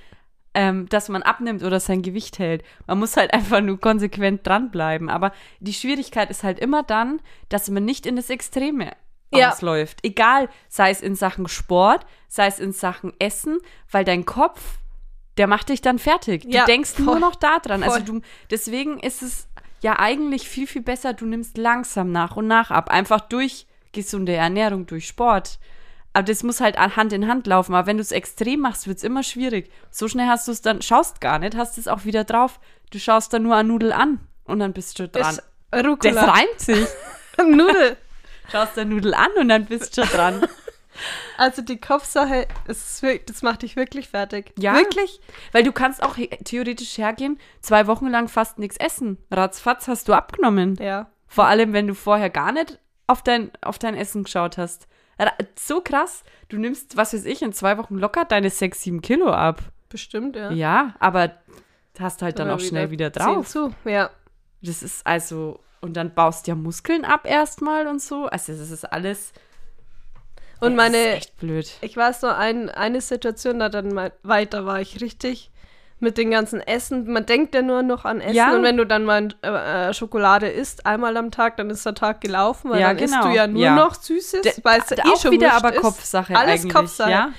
[SPEAKER 3] ähm, dass man abnimmt oder sein Gewicht hält. Man muss halt einfach nur konsequent dranbleiben. Aber die Schwierigkeit ist halt immer dann, dass man nicht in das Extreme
[SPEAKER 4] Ja.
[SPEAKER 3] ausläuft. Egal, sei es in Sachen Sport, sei es in Sachen Essen, weil dein Kopf, der macht dich dann fertig.
[SPEAKER 4] Ja,
[SPEAKER 3] du denkst nur
[SPEAKER 4] voll.
[SPEAKER 3] noch da dran. Also
[SPEAKER 4] Voll.
[SPEAKER 3] du, deswegen ist es ja eigentlich viel, viel besser, du nimmst langsam nach und nach ab. Einfach durch gesunde Ernährung, durch Sport. Aber das muss halt an- Hand in Hand laufen. Aber wenn du es extrem machst, wird es immer schwierig. So schnell hast du es dann, schaust gar nicht, hast es auch wieder drauf. Du schaust dann nur an Nudel an. und dann bist du dran.
[SPEAKER 4] Ist Rucola.
[SPEAKER 3] das reimt sich.
[SPEAKER 4] Nudel.
[SPEAKER 3] Schaust der Nudel an und dann bist du dran.
[SPEAKER 4] Also die Kopfsache, ist, wir- das macht dich wirklich fertig.
[SPEAKER 3] Ja.
[SPEAKER 4] Wirklich?
[SPEAKER 3] Weil du kannst auch he- theoretisch hergehen, zwei Wochen lang fast nichts essen. Ratzfatz hast du abgenommen.
[SPEAKER 4] Ja.
[SPEAKER 3] Vor allem, wenn du vorher gar nicht auf dein, auf dein Essen geschaut hast. Ra- So krass. Du nimmst, was weiß ich, in zwei Wochen locker deine sechs, sieben Kilo ab.
[SPEAKER 4] Bestimmt, ja.
[SPEAKER 3] Ja, aber hast halt dann
[SPEAKER 4] Oder
[SPEAKER 3] auch schnell wieder
[SPEAKER 4] zehn
[SPEAKER 3] drauf.
[SPEAKER 4] Zu. Ja.
[SPEAKER 3] Das ist also, und dann baust du ja Muskeln ab erstmal und so. Also, das ist alles.
[SPEAKER 4] Und
[SPEAKER 3] das
[SPEAKER 4] meine,
[SPEAKER 3] Ist echt blöd.
[SPEAKER 4] ich weiß nur ein, eine Situation, da dann mal weiter war ich richtig mit dem ganzen Essen. Man denkt ja nur noch an Essen.
[SPEAKER 3] Ja.
[SPEAKER 4] Und wenn du dann mal äh, äh, Schokolade isst, einmal am Tag, dann ist der Tag gelaufen, weil
[SPEAKER 3] Ja,
[SPEAKER 4] dann isst
[SPEAKER 3] genau.
[SPEAKER 4] du ja nur
[SPEAKER 3] Ja.
[SPEAKER 4] noch Süßes, weil es ja eh
[SPEAKER 3] auch
[SPEAKER 4] schon
[SPEAKER 3] wieder
[SPEAKER 4] wurscht
[SPEAKER 3] aber
[SPEAKER 4] ist.
[SPEAKER 3] Kopfsache
[SPEAKER 4] Alles
[SPEAKER 3] eigentlich.
[SPEAKER 4] Kopfsache.
[SPEAKER 3] Ja,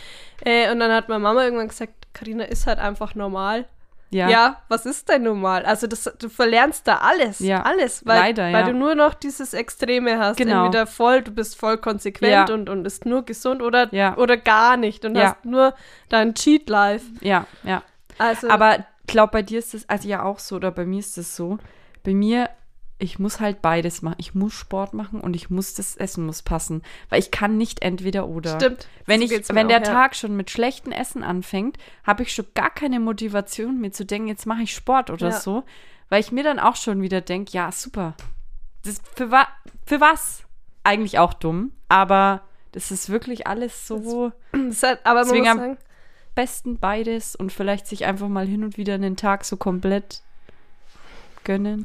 [SPEAKER 4] Äh, und dann hat meine Mama irgendwann gesagt, Karina ist halt einfach normal.
[SPEAKER 3] ja.
[SPEAKER 4] Ja. was ist denn normal? Also das, du verlernst da alles,
[SPEAKER 3] Ja,
[SPEAKER 4] alles, weil,
[SPEAKER 3] leider,
[SPEAKER 4] weil
[SPEAKER 3] ja.
[SPEAKER 4] du nur noch dieses Extreme hast.
[SPEAKER 3] Genau.
[SPEAKER 4] Entweder voll, du bist voll konsequent
[SPEAKER 3] Ja.
[SPEAKER 4] und, und ist nur gesund oder,
[SPEAKER 3] Ja.
[SPEAKER 4] oder gar nicht und
[SPEAKER 3] Ja.
[SPEAKER 4] hast nur dein Cheat-Life.
[SPEAKER 3] ja, ja.
[SPEAKER 4] Also,
[SPEAKER 3] Aber glaub, bei dir ist das also ja auch so oder bei mir ist das so. Bei mir, ich muss halt beides machen. Ich muss Sport machen und ich muss das Essen muss passen, weil ich kann nicht entweder oder.
[SPEAKER 4] Stimmt.
[SPEAKER 3] Wenn
[SPEAKER 4] So
[SPEAKER 3] ich,
[SPEAKER 4] geht's mir
[SPEAKER 3] wenn
[SPEAKER 4] auch,
[SPEAKER 3] der
[SPEAKER 4] ja.
[SPEAKER 3] Tag schon mit schlechtem Essen anfängt, habe ich schon gar keine Motivation, mir zu denken, jetzt mache ich Sport oder
[SPEAKER 4] Ja.
[SPEAKER 3] so, weil ich mir dann auch schon wieder denke, ja super. Das für, wa für was? Eigentlich auch dumm, aber das ist wirklich alles so
[SPEAKER 4] das hat, aber man muss
[SPEAKER 3] Deswegen am-
[SPEAKER 4] sagen,
[SPEAKER 3] besten beides und vielleicht sich einfach mal hin und wieder einen Tag so komplett gönnen.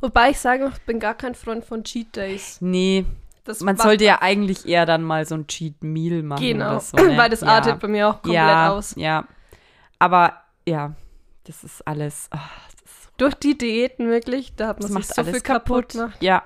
[SPEAKER 4] wobei ich sage, ich bin gar kein Freund von Cheat Days.
[SPEAKER 3] Nee,
[SPEAKER 4] Das
[SPEAKER 3] man
[SPEAKER 4] macht-
[SPEAKER 3] sollte ja eigentlich eher dann mal so ein Cheat Meal machen
[SPEAKER 4] genau,
[SPEAKER 3] oder so. Ne?
[SPEAKER 4] weil das
[SPEAKER 3] ja.
[SPEAKER 4] artet bei mir auch komplett
[SPEAKER 3] ja,
[SPEAKER 4] aus.
[SPEAKER 3] Ja, aber ja, das ist alles. ah, das ist,
[SPEAKER 4] Durch die Diäten wirklich, da hat
[SPEAKER 3] das
[SPEAKER 4] man
[SPEAKER 3] macht
[SPEAKER 4] sich so
[SPEAKER 3] alles
[SPEAKER 4] viel
[SPEAKER 3] kaputt.
[SPEAKER 4] kaputt gemacht.
[SPEAKER 3] Ja,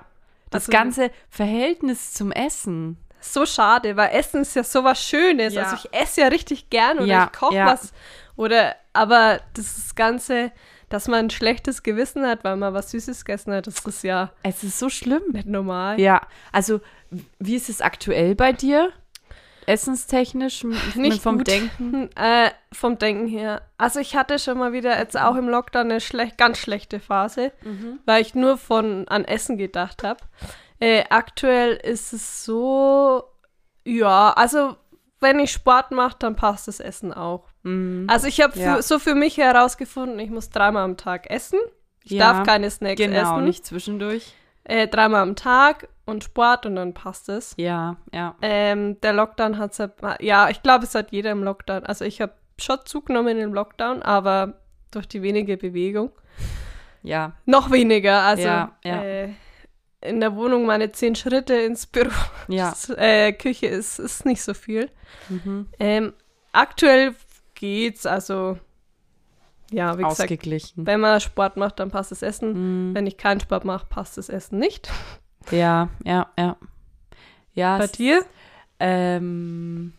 [SPEAKER 3] das
[SPEAKER 4] Also-
[SPEAKER 3] ganze Verhältnis zum Essen.
[SPEAKER 4] so schade, weil Essen ist ja sowas Schönes.
[SPEAKER 3] Ja.
[SPEAKER 4] Also ich esse ja richtig gern oder
[SPEAKER 3] Ja,
[SPEAKER 4] ich koche
[SPEAKER 3] ja.
[SPEAKER 4] was. Oder aber das Ganze, dass man ein schlechtes Gewissen hat, weil man was Süßes gegessen hat, das ist ja
[SPEAKER 3] Es ist so schlimm. ne?
[SPEAKER 4] nicht normal.
[SPEAKER 3] Ja, also wie ist es aktuell bei dir? Essenstechnisch, m-
[SPEAKER 4] Nicht
[SPEAKER 3] vom
[SPEAKER 4] gut.
[SPEAKER 3] Denken?
[SPEAKER 4] Hm, Äh, vom Denken her. Also ich hatte schon mal wieder jetzt auch im Lockdown eine schlech ganz schlechte Phase,
[SPEAKER 3] Mhm.
[SPEAKER 4] weil ich nur von an Essen gedacht habe. Äh, aktuell ist es so, ja, also wenn ich Sport mache, dann passt das Essen auch.
[SPEAKER 3] Mhm.
[SPEAKER 4] Also ich habe
[SPEAKER 3] Ja.
[SPEAKER 4] für, so für mich herausgefunden, ich muss dreimal am Tag essen. Ich
[SPEAKER 3] Ja,
[SPEAKER 4] darf keine Snacks
[SPEAKER 3] Genau,
[SPEAKER 4] essen.
[SPEAKER 3] nicht zwischendurch.
[SPEAKER 4] Äh, dreimal am Tag und Sport und dann passt es.
[SPEAKER 3] Ja, ja.
[SPEAKER 4] Ähm, der Lockdown hat ja, ich glaube, es hat jeder im Lockdown. Also ich habe schon zugenommen im Lockdown, aber durch die wenige Bewegung
[SPEAKER 3] Ja,
[SPEAKER 4] noch weniger. Also
[SPEAKER 3] Ja, ja.
[SPEAKER 4] Äh, in der Wohnung meine zehn Schritte ins Büro,
[SPEAKER 3] ja.
[SPEAKER 4] äh, Küche ist, ist nicht so viel.
[SPEAKER 3] Mhm.
[SPEAKER 4] Ähm, aktuell geht's, also ja, wie gesagt,
[SPEAKER 3] Ausgeglichen.
[SPEAKER 4] wenn man Sport macht, dann passt das Essen.
[SPEAKER 3] Mhm.
[SPEAKER 4] Wenn ich keinen Sport mache, passt das Essen nicht.
[SPEAKER 3] Ja, ja, ja. Ja,
[SPEAKER 4] Bei
[SPEAKER 3] es-
[SPEAKER 4] dir?
[SPEAKER 3] Ähm,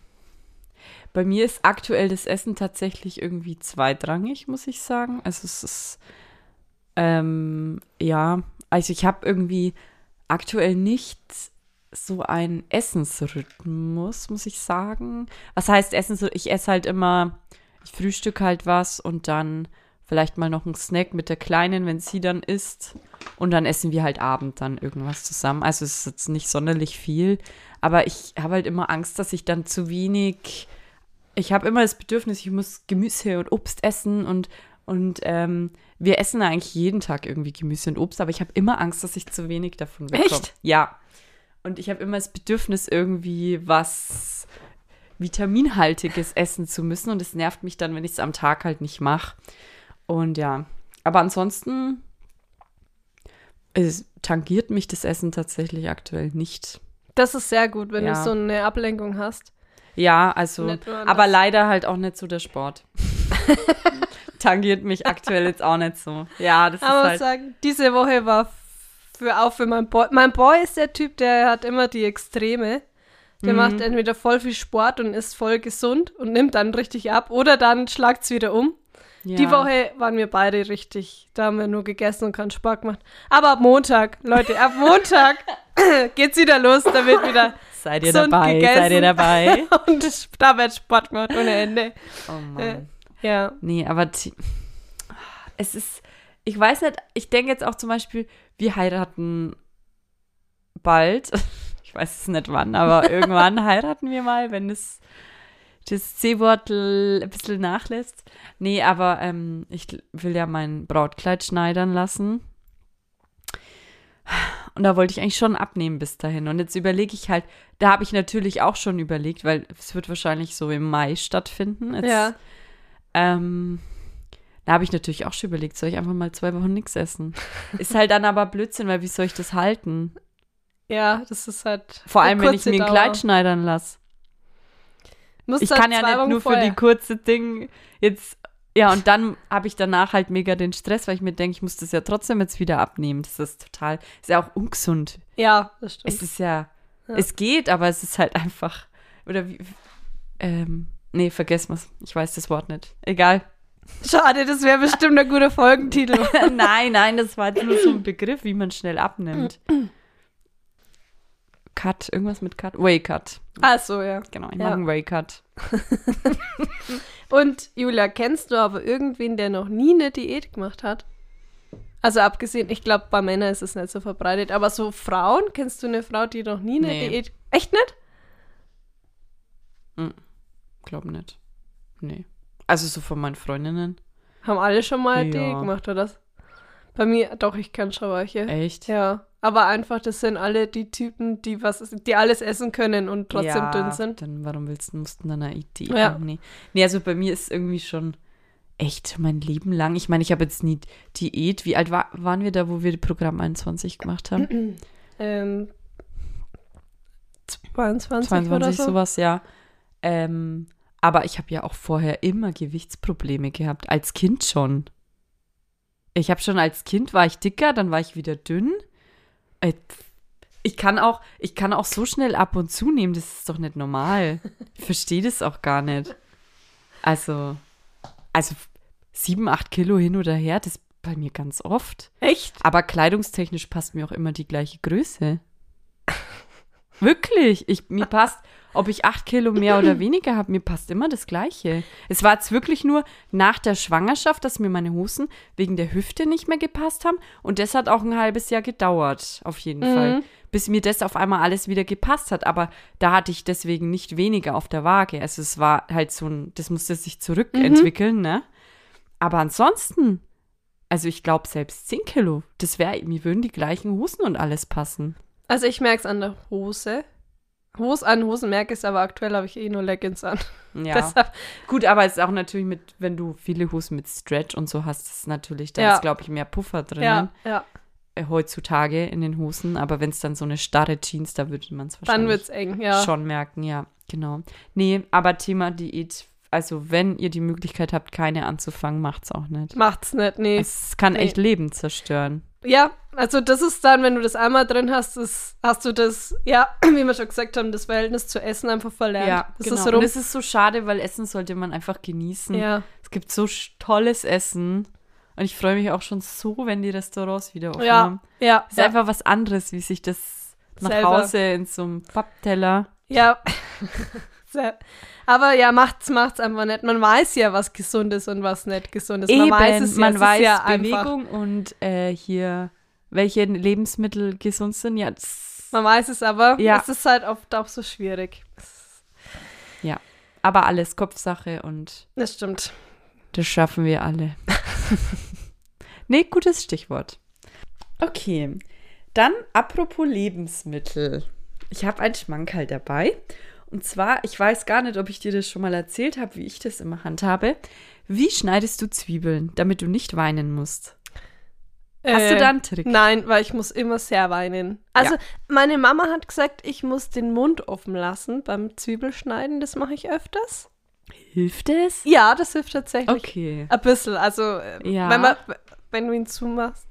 [SPEAKER 3] bei mir ist aktuell das Essen tatsächlich irgendwie zweitrangig, muss ich sagen. Also es ist, ähm, ja, also ich habe irgendwie aktuell nicht so einen Essensrhythmus, muss ich sagen. Was heißt Essens? Ich esse halt immer, ich frühstück halt was und dann vielleicht mal noch einen Snack mit der Kleinen, wenn sie dann isst. Und dann essen wir halt Abend dann irgendwas zusammen. Also es ist jetzt nicht sonderlich viel, aber ich habe halt immer Angst, dass ich dann zu wenig. Ich habe immer das Bedürfnis, ich muss Gemüse und Obst essen und und ähm, wir essen eigentlich jeden Tag irgendwie Gemüse und Obst, aber ich habe immer Angst, dass ich zu wenig davon bekomme.
[SPEAKER 4] Echt?
[SPEAKER 3] Ja. Und ich habe immer das Bedürfnis, irgendwie was vitaminhaltiges essen zu müssen. Und es nervt mich dann, wenn ich es am Tag halt nicht mache. Und ja, aber ansonsten es tangiert mich das Essen tatsächlich aktuell nicht.
[SPEAKER 4] Das ist sehr gut, wenn
[SPEAKER 3] Ja.
[SPEAKER 4] du so eine Ablenkung hast.
[SPEAKER 3] Ja, also,
[SPEAKER 4] Nicht nur an
[SPEAKER 3] aber
[SPEAKER 4] das-
[SPEAKER 3] leider halt auch nicht so der Sport. tangiert mich aktuell jetzt auch nicht so. Ja, das
[SPEAKER 4] Aber
[SPEAKER 3] ist halt.
[SPEAKER 4] sagen, diese Woche war für auch für mein Boy. Mein Boy ist der Typ, der hat immer die Extreme. Der
[SPEAKER 3] Mhm.
[SPEAKER 4] macht entweder voll viel Sport und ist voll gesund und nimmt dann richtig ab oder dann schlagt's wieder um.
[SPEAKER 3] Ja.
[SPEAKER 4] Die Woche waren wir beide richtig. Da haben wir nur gegessen und keinen Sport gemacht. Aber ab Montag, Leute, ab Montag geht's wieder los. Da wird wieder
[SPEAKER 3] Seid ihr
[SPEAKER 4] gesund
[SPEAKER 3] dabei?
[SPEAKER 4] gegessen.
[SPEAKER 3] Seid ihr dabei?
[SPEAKER 4] und da wird Sport gemacht ohne Ende.
[SPEAKER 3] Oh
[SPEAKER 4] Äh,
[SPEAKER 3] Mann.
[SPEAKER 4] ja.
[SPEAKER 3] Nee, aber t- es ist, ich weiß nicht, ich denke jetzt auch zum Beispiel, wir heiraten bald. Ich weiß es nicht wann, aber irgendwann heiraten wir mal, wenn es das C-Wort l- ein bisschen nachlässt. Nee, aber ähm, ich l- will ja mein Brautkleid schneidern lassen. Und da wollte ich eigentlich schon abnehmen bis dahin. Und jetzt überlege ich halt, da habe ich natürlich auch schon überlegt, weil es wird wahrscheinlich so im Mai stattfinden. Jetzt,
[SPEAKER 4] Ja.
[SPEAKER 3] Ähm, da habe ich natürlich auch schon überlegt, soll ich einfach mal zwei Wochen nichts essen? Ist halt dann aber Blödsinn, weil wie soll ich das halten?
[SPEAKER 4] Ja, das ist halt.
[SPEAKER 3] Vor
[SPEAKER 4] eine
[SPEAKER 3] allem, wenn ich
[SPEAKER 4] kurze
[SPEAKER 3] mir ein
[SPEAKER 4] Dauer.
[SPEAKER 3] Kleid schneidern lasse.
[SPEAKER 4] Musst
[SPEAKER 3] Ich
[SPEAKER 4] halt
[SPEAKER 3] kann ja
[SPEAKER 4] zwei
[SPEAKER 3] nicht
[SPEAKER 4] Wochen
[SPEAKER 3] nur für
[SPEAKER 4] vorher.
[SPEAKER 3] die kurze Ding jetzt. Ja, und dann habe ich danach halt mega den Stress, weil ich mir denke, ich muss das ja trotzdem jetzt wieder abnehmen. Das ist total, ist ja auch ungesund.
[SPEAKER 4] Ja, das stimmt.
[SPEAKER 3] Es ist ja, es geht, aber es ist halt einfach, oder wie, ähm, nee, vergessen wir's. Ich weiß das Wort nicht. Egal.
[SPEAKER 4] Schade, das wäre bestimmt ein guter Folgentitel.
[SPEAKER 3] nein, nein, das war jetzt nur so ein Begriff, wie man schnell abnimmt. Cut, irgendwas mit Cut. Way Cut.
[SPEAKER 4] Ach so, ja.
[SPEAKER 3] Genau, ich
[SPEAKER 4] Ja.
[SPEAKER 3] mache einen Way Cut.
[SPEAKER 4] Und Julia, kennst du aber irgendwen, der noch nie eine Diät gemacht hat? Also abgesehen, ich glaube, bei Männern ist es nicht so verbreitet, aber so Frauen, kennst du eine Frau, die noch nie eine
[SPEAKER 3] Nee.
[SPEAKER 4] Diät... Echt nicht?
[SPEAKER 3] Glaub nicht. Nee. Also so von meinen Freundinnen.
[SPEAKER 4] Haben alle schon mal eine
[SPEAKER 3] Ja.
[SPEAKER 4] Diät gemacht, oder? Bei mir, doch, ich kenne schon welche.
[SPEAKER 3] Echt?
[SPEAKER 4] Ja, aber einfach, das sind alle die Typen, die was, die alles essen können und trotzdem
[SPEAKER 3] Ja,
[SPEAKER 4] dünn sind.
[SPEAKER 3] Dann warum willst du mussten dann eine Idee?
[SPEAKER 4] Ja.
[SPEAKER 3] machen? Nee. nee, also bei mir ist irgendwie schon echt mein Leben lang. Ich meine, ich habe jetzt nie Diät. Wie alt war, waren wir da, wo wir Programm 21 gemacht haben?
[SPEAKER 4] Ähm, 22, oder
[SPEAKER 3] 22
[SPEAKER 4] so.
[SPEAKER 3] sowas, ja. Ähm, aber ich habe ja auch vorher immer Gewichtsprobleme gehabt, als Kind schon. Ich habe schon als Kind war ich dicker, dann war ich wieder dünn. Äh, Ich kann auch, ich kann auch so schnell ab und zu nehmen, das ist doch nicht normal. Ich verstehe das auch gar nicht. Also, also sieben, acht Kilo hin oder her, das bei mir ganz oft.
[SPEAKER 4] Echt?
[SPEAKER 3] Aber kleidungstechnisch passt mir auch immer die gleiche Größe. Wirklich, ich, mir passt, ob ich acht Kilo mehr oder weniger habe, mir passt immer das Gleiche. Es war jetzt wirklich nur nach der Schwangerschaft, dass mir meine Hosen wegen der Hüfte nicht mehr gepasst haben. Und das hat auch ein halbes Jahr gedauert, auf jeden Fall, bis mir das auf einmal alles wieder gepasst hat. Aber da hatte ich deswegen nicht weniger auf der Waage. Also es war halt so ein, das musste sich zurückentwickeln, ne? Aber ansonsten, also ich glaube selbst 10 Kilo, das wäre, mir würden die gleichen Hosen und alles passen.
[SPEAKER 4] Also ich merke es an der Hose. Hose an Hosen merke ich es, aber aktuell habe ich eh nur Leggings an.
[SPEAKER 3] Ja.
[SPEAKER 4] Deshalb,
[SPEAKER 3] Gut, aber es ist auch natürlich mit, wenn du viele Hosen mit Stretch und so hast, ist natürlich, da
[SPEAKER 4] Ja.
[SPEAKER 3] ist, glaube ich, mehr Puffer drin äh,
[SPEAKER 4] ja, ja.
[SPEAKER 3] heutzutage in den Hosen. Aber wenn es dann so eine starre Jeans, da würde man es
[SPEAKER 4] Dann
[SPEAKER 3] wahrscheinlich
[SPEAKER 4] wird es eng, ja.
[SPEAKER 3] schon merken, ja, genau. Nee, aber Thema Diät, also wenn ihr die Möglichkeit habt, keine anzufangen, macht's auch nicht.
[SPEAKER 4] Macht's nicht, nee.
[SPEAKER 3] Es kann
[SPEAKER 4] Nee.
[SPEAKER 3] echt Leben zerstören.
[SPEAKER 4] Ja, also das ist dann, wenn du das einmal drin hast, das, hast du das, ja, wie wir schon gesagt haben, das Verhältnis zu Essen einfach verlernt. das
[SPEAKER 3] genau.
[SPEAKER 4] ist rum.
[SPEAKER 3] Und es ist so schade, weil Essen sollte man einfach genießen.
[SPEAKER 4] ja.
[SPEAKER 3] Es gibt so sch- tolles Essen. Und ich freue mich auch schon so, wenn die Restaurants wieder offen
[SPEAKER 4] Ja,
[SPEAKER 3] haben.
[SPEAKER 4] ja,
[SPEAKER 3] Es ist
[SPEAKER 4] ja,
[SPEAKER 3] einfach was anderes, wie sich das nach
[SPEAKER 4] Selber.
[SPEAKER 3] Hause in so einem Pappteller.
[SPEAKER 4] ja. Sehr. Aber ja, macht's, macht's einfach nicht. Man weiß ja, was gesund ist und was nicht gesund ist. Man weiß es ja,
[SPEAKER 3] man
[SPEAKER 4] es
[SPEAKER 3] weiß
[SPEAKER 4] ist ja einfach.
[SPEAKER 3] Bewegung und äh, hier, welche Lebensmittel gesund sind. Ja, das,
[SPEAKER 4] Man weiß es aber,
[SPEAKER 3] Ja.
[SPEAKER 4] es ist halt oft auch so schwierig.
[SPEAKER 3] ja. aber alles Kopfsache und
[SPEAKER 4] Das stimmt.
[SPEAKER 3] das schaffen wir alle. nee, gutes Stichwort. Okay, dann apropos Lebensmittel. Ich habe ein Schmankerl dabei. Und zwar, ich weiß gar nicht, ob ich dir das schon mal erzählt habe, wie ich das immer handhabe. Wie schneidest du Zwiebeln, damit du nicht weinen musst? Hast du da einen Trick?
[SPEAKER 4] Äh, Nein, weil ich muss immer sehr weinen. Also meine Mama hat gesagt, ich muss den Mund offen lassen beim Zwiebelschneiden. Das mache ich öfters.
[SPEAKER 3] Hilft es?
[SPEAKER 4] Ja, das hilft tatsächlich.
[SPEAKER 3] Okay.
[SPEAKER 4] Ein bisschen. Also äh,
[SPEAKER 3] Ja.
[SPEAKER 4] wenn, man, wenn du ihn zumachst.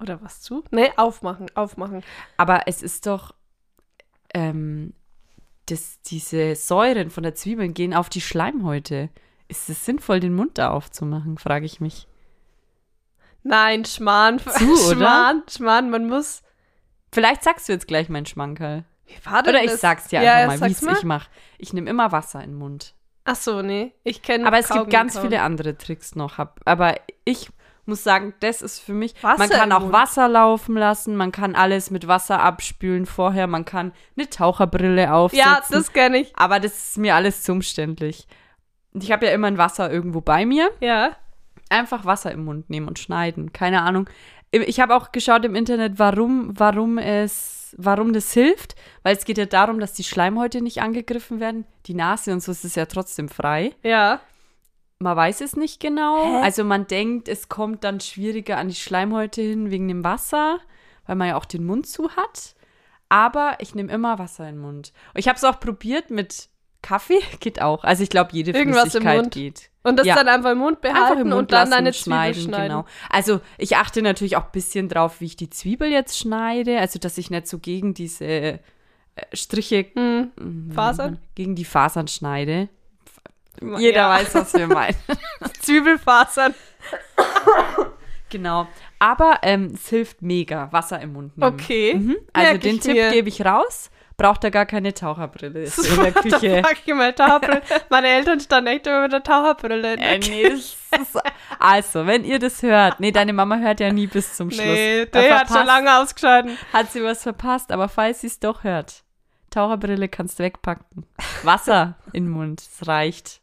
[SPEAKER 4] Oder was zu? Nee, aufmachen, aufmachen.
[SPEAKER 3] Aber es ist doch, ähm, das, diese Säuren von der Zwiebeln gehen auf die Schleimhäute. Ist es sinnvoll, den Mund da aufzumachen, frage ich mich.
[SPEAKER 4] Nein, Schmarrn.
[SPEAKER 3] Zu, oder?
[SPEAKER 4] Schmarrn, Schmarrn, man muss.
[SPEAKER 3] Vielleicht sagst du jetzt gleich mein Schmankerl.
[SPEAKER 4] Wie war denn
[SPEAKER 3] Oder ich
[SPEAKER 4] das?
[SPEAKER 3] sag's dir
[SPEAKER 4] ja,
[SPEAKER 3] einfach mal, wie
[SPEAKER 4] sag's
[SPEAKER 3] es ich mache. Ich nehme immer Wasser in den Mund.
[SPEAKER 4] Ach so, nee. Ich kenne
[SPEAKER 3] Aber es gibt
[SPEAKER 4] Hm, Kaugummi
[SPEAKER 3] ganz
[SPEAKER 4] kauen.
[SPEAKER 3] viele andere Tricks noch. Hab, aber ich muss sagen, das ist für mich.
[SPEAKER 4] Wasser
[SPEAKER 3] man kann
[SPEAKER 4] im
[SPEAKER 3] auch
[SPEAKER 4] Mund.
[SPEAKER 3] Wasser laufen lassen, man kann alles mit Wasser abspülen vorher, man kann eine Taucherbrille aufsetzen.
[SPEAKER 4] Ja, das kenne ich.
[SPEAKER 3] aber das ist mir alles zu umständlich. Ich habe ja immer ein Wasser irgendwo bei mir.
[SPEAKER 4] Ja.
[SPEAKER 3] Einfach Wasser im Mund nehmen und schneiden. Keine Ahnung. Ich habe auch geschaut im Internet, warum, warum es, warum das hilft, weil es geht ja darum, dass die Schleimhäute nicht angegriffen werden. Die Nase und so ist es ja trotzdem frei.
[SPEAKER 4] Ja.
[SPEAKER 3] Man weiß es nicht genau.
[SPEAKER 2] Hä?
[SPEAKER 3] Also man denkt, es kommt dann schwieriger an die Schleimhäute hin wegen dem Wasser, weil man ja auch den Mund zu hat. Aber ich nehme immer Wasser in den Mund. Und ich habe es auch probiert mit Kaffee, geht auch. Also ich glaube, jede
[SPEAKER 4] Irgendwas im
[SPEAKER 3] Flüssigkeit
[SPEAKER 4] Mund.
[SPEAKER 3] geht.
[SPEAKER 4] Und das
[SPEAKER 3] Ja.
[SPEAKER 4] dann einfach im Mund behalten
[SPEAKER 3] Einfach im Mund
[SPEAKER 4] und dann
[SPEAKER 3] lassen,
[SPEAKER 4] deine
[SPEAKER 3] schneiden,
[SPEAKER 4] Zwiebel schneiden.
[SPEAKER 3] Genau. Also ich achte natürlich auch ein bisschen drauf, wie ich die Zwiebel jetzt schneide. Also dass ich nicht so gegen diese äh, Striche,
[SPEAKER 4] Hm.
[SPEAKER 3] mm,
[SPEAKER 4] Fasern?
[SPEAKER 3] gegen die Fasern schneide. Jeder
[SPEAKER 4] Ja.
[SPEAKER 3] weiß, was wir meinen.
[SPEAKER 4] Zwiebelfasern.
[SPEAKER 3] Genau. Aber ähm, es hilft mega, Wasser im Mund nehmen.
[SPEAKER 4] Okay.
[SPEAKER 3] Mhm. Also
[SPEAKER 4] Merk
[SPEAKER 3] den
[SPEAKER 4] ich
[SPEAKER 3] Tipp
[SPEAKER 4] mir.
[SPEAKER 3] gebe ich raus. Braucht er gar keine Taucherbrille. Ist in der Küche.
[SPEAKER 4] Da pack ich mal Taucherbrille. Meine Eltern standen echt immer mit der Taucherbrille. in der
[SPEAKER 3] Äh, nee, das ist, also, wenn ihr das hört. Nee, deine Mama hört ja nie bis zum Schluss.
[SPEAKER 4] Nee,
[SPEAKER 3] Da
[SPEAKER 4] der hat schon
[SPEAKER 3] verpasst-
[SPEAKER 4] lange ausgeschalten.
[SPEAKER 3] Hat sie was verpasst, aber falls sie es doch hört. Taucherbrille kannst wegpacken. Wasser in den Mund. Es reicht.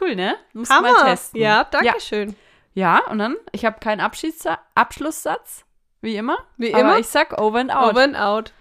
[SPEAKER 3] Cool, ne? Musst du mal testen.
[SPEAKER 4] Ja, danke schön.
[SPEAKER 3] Ja, und dann, ich habe keinen Abschieds Abschlusssatz, wie immer.
[SPEAKER 4] Wie
[SPEAKER 3] aber
[SPEAKER 4] immer.
[SPEAKER 3] ich sag over and out.
[SPEAKER 4] Over and out.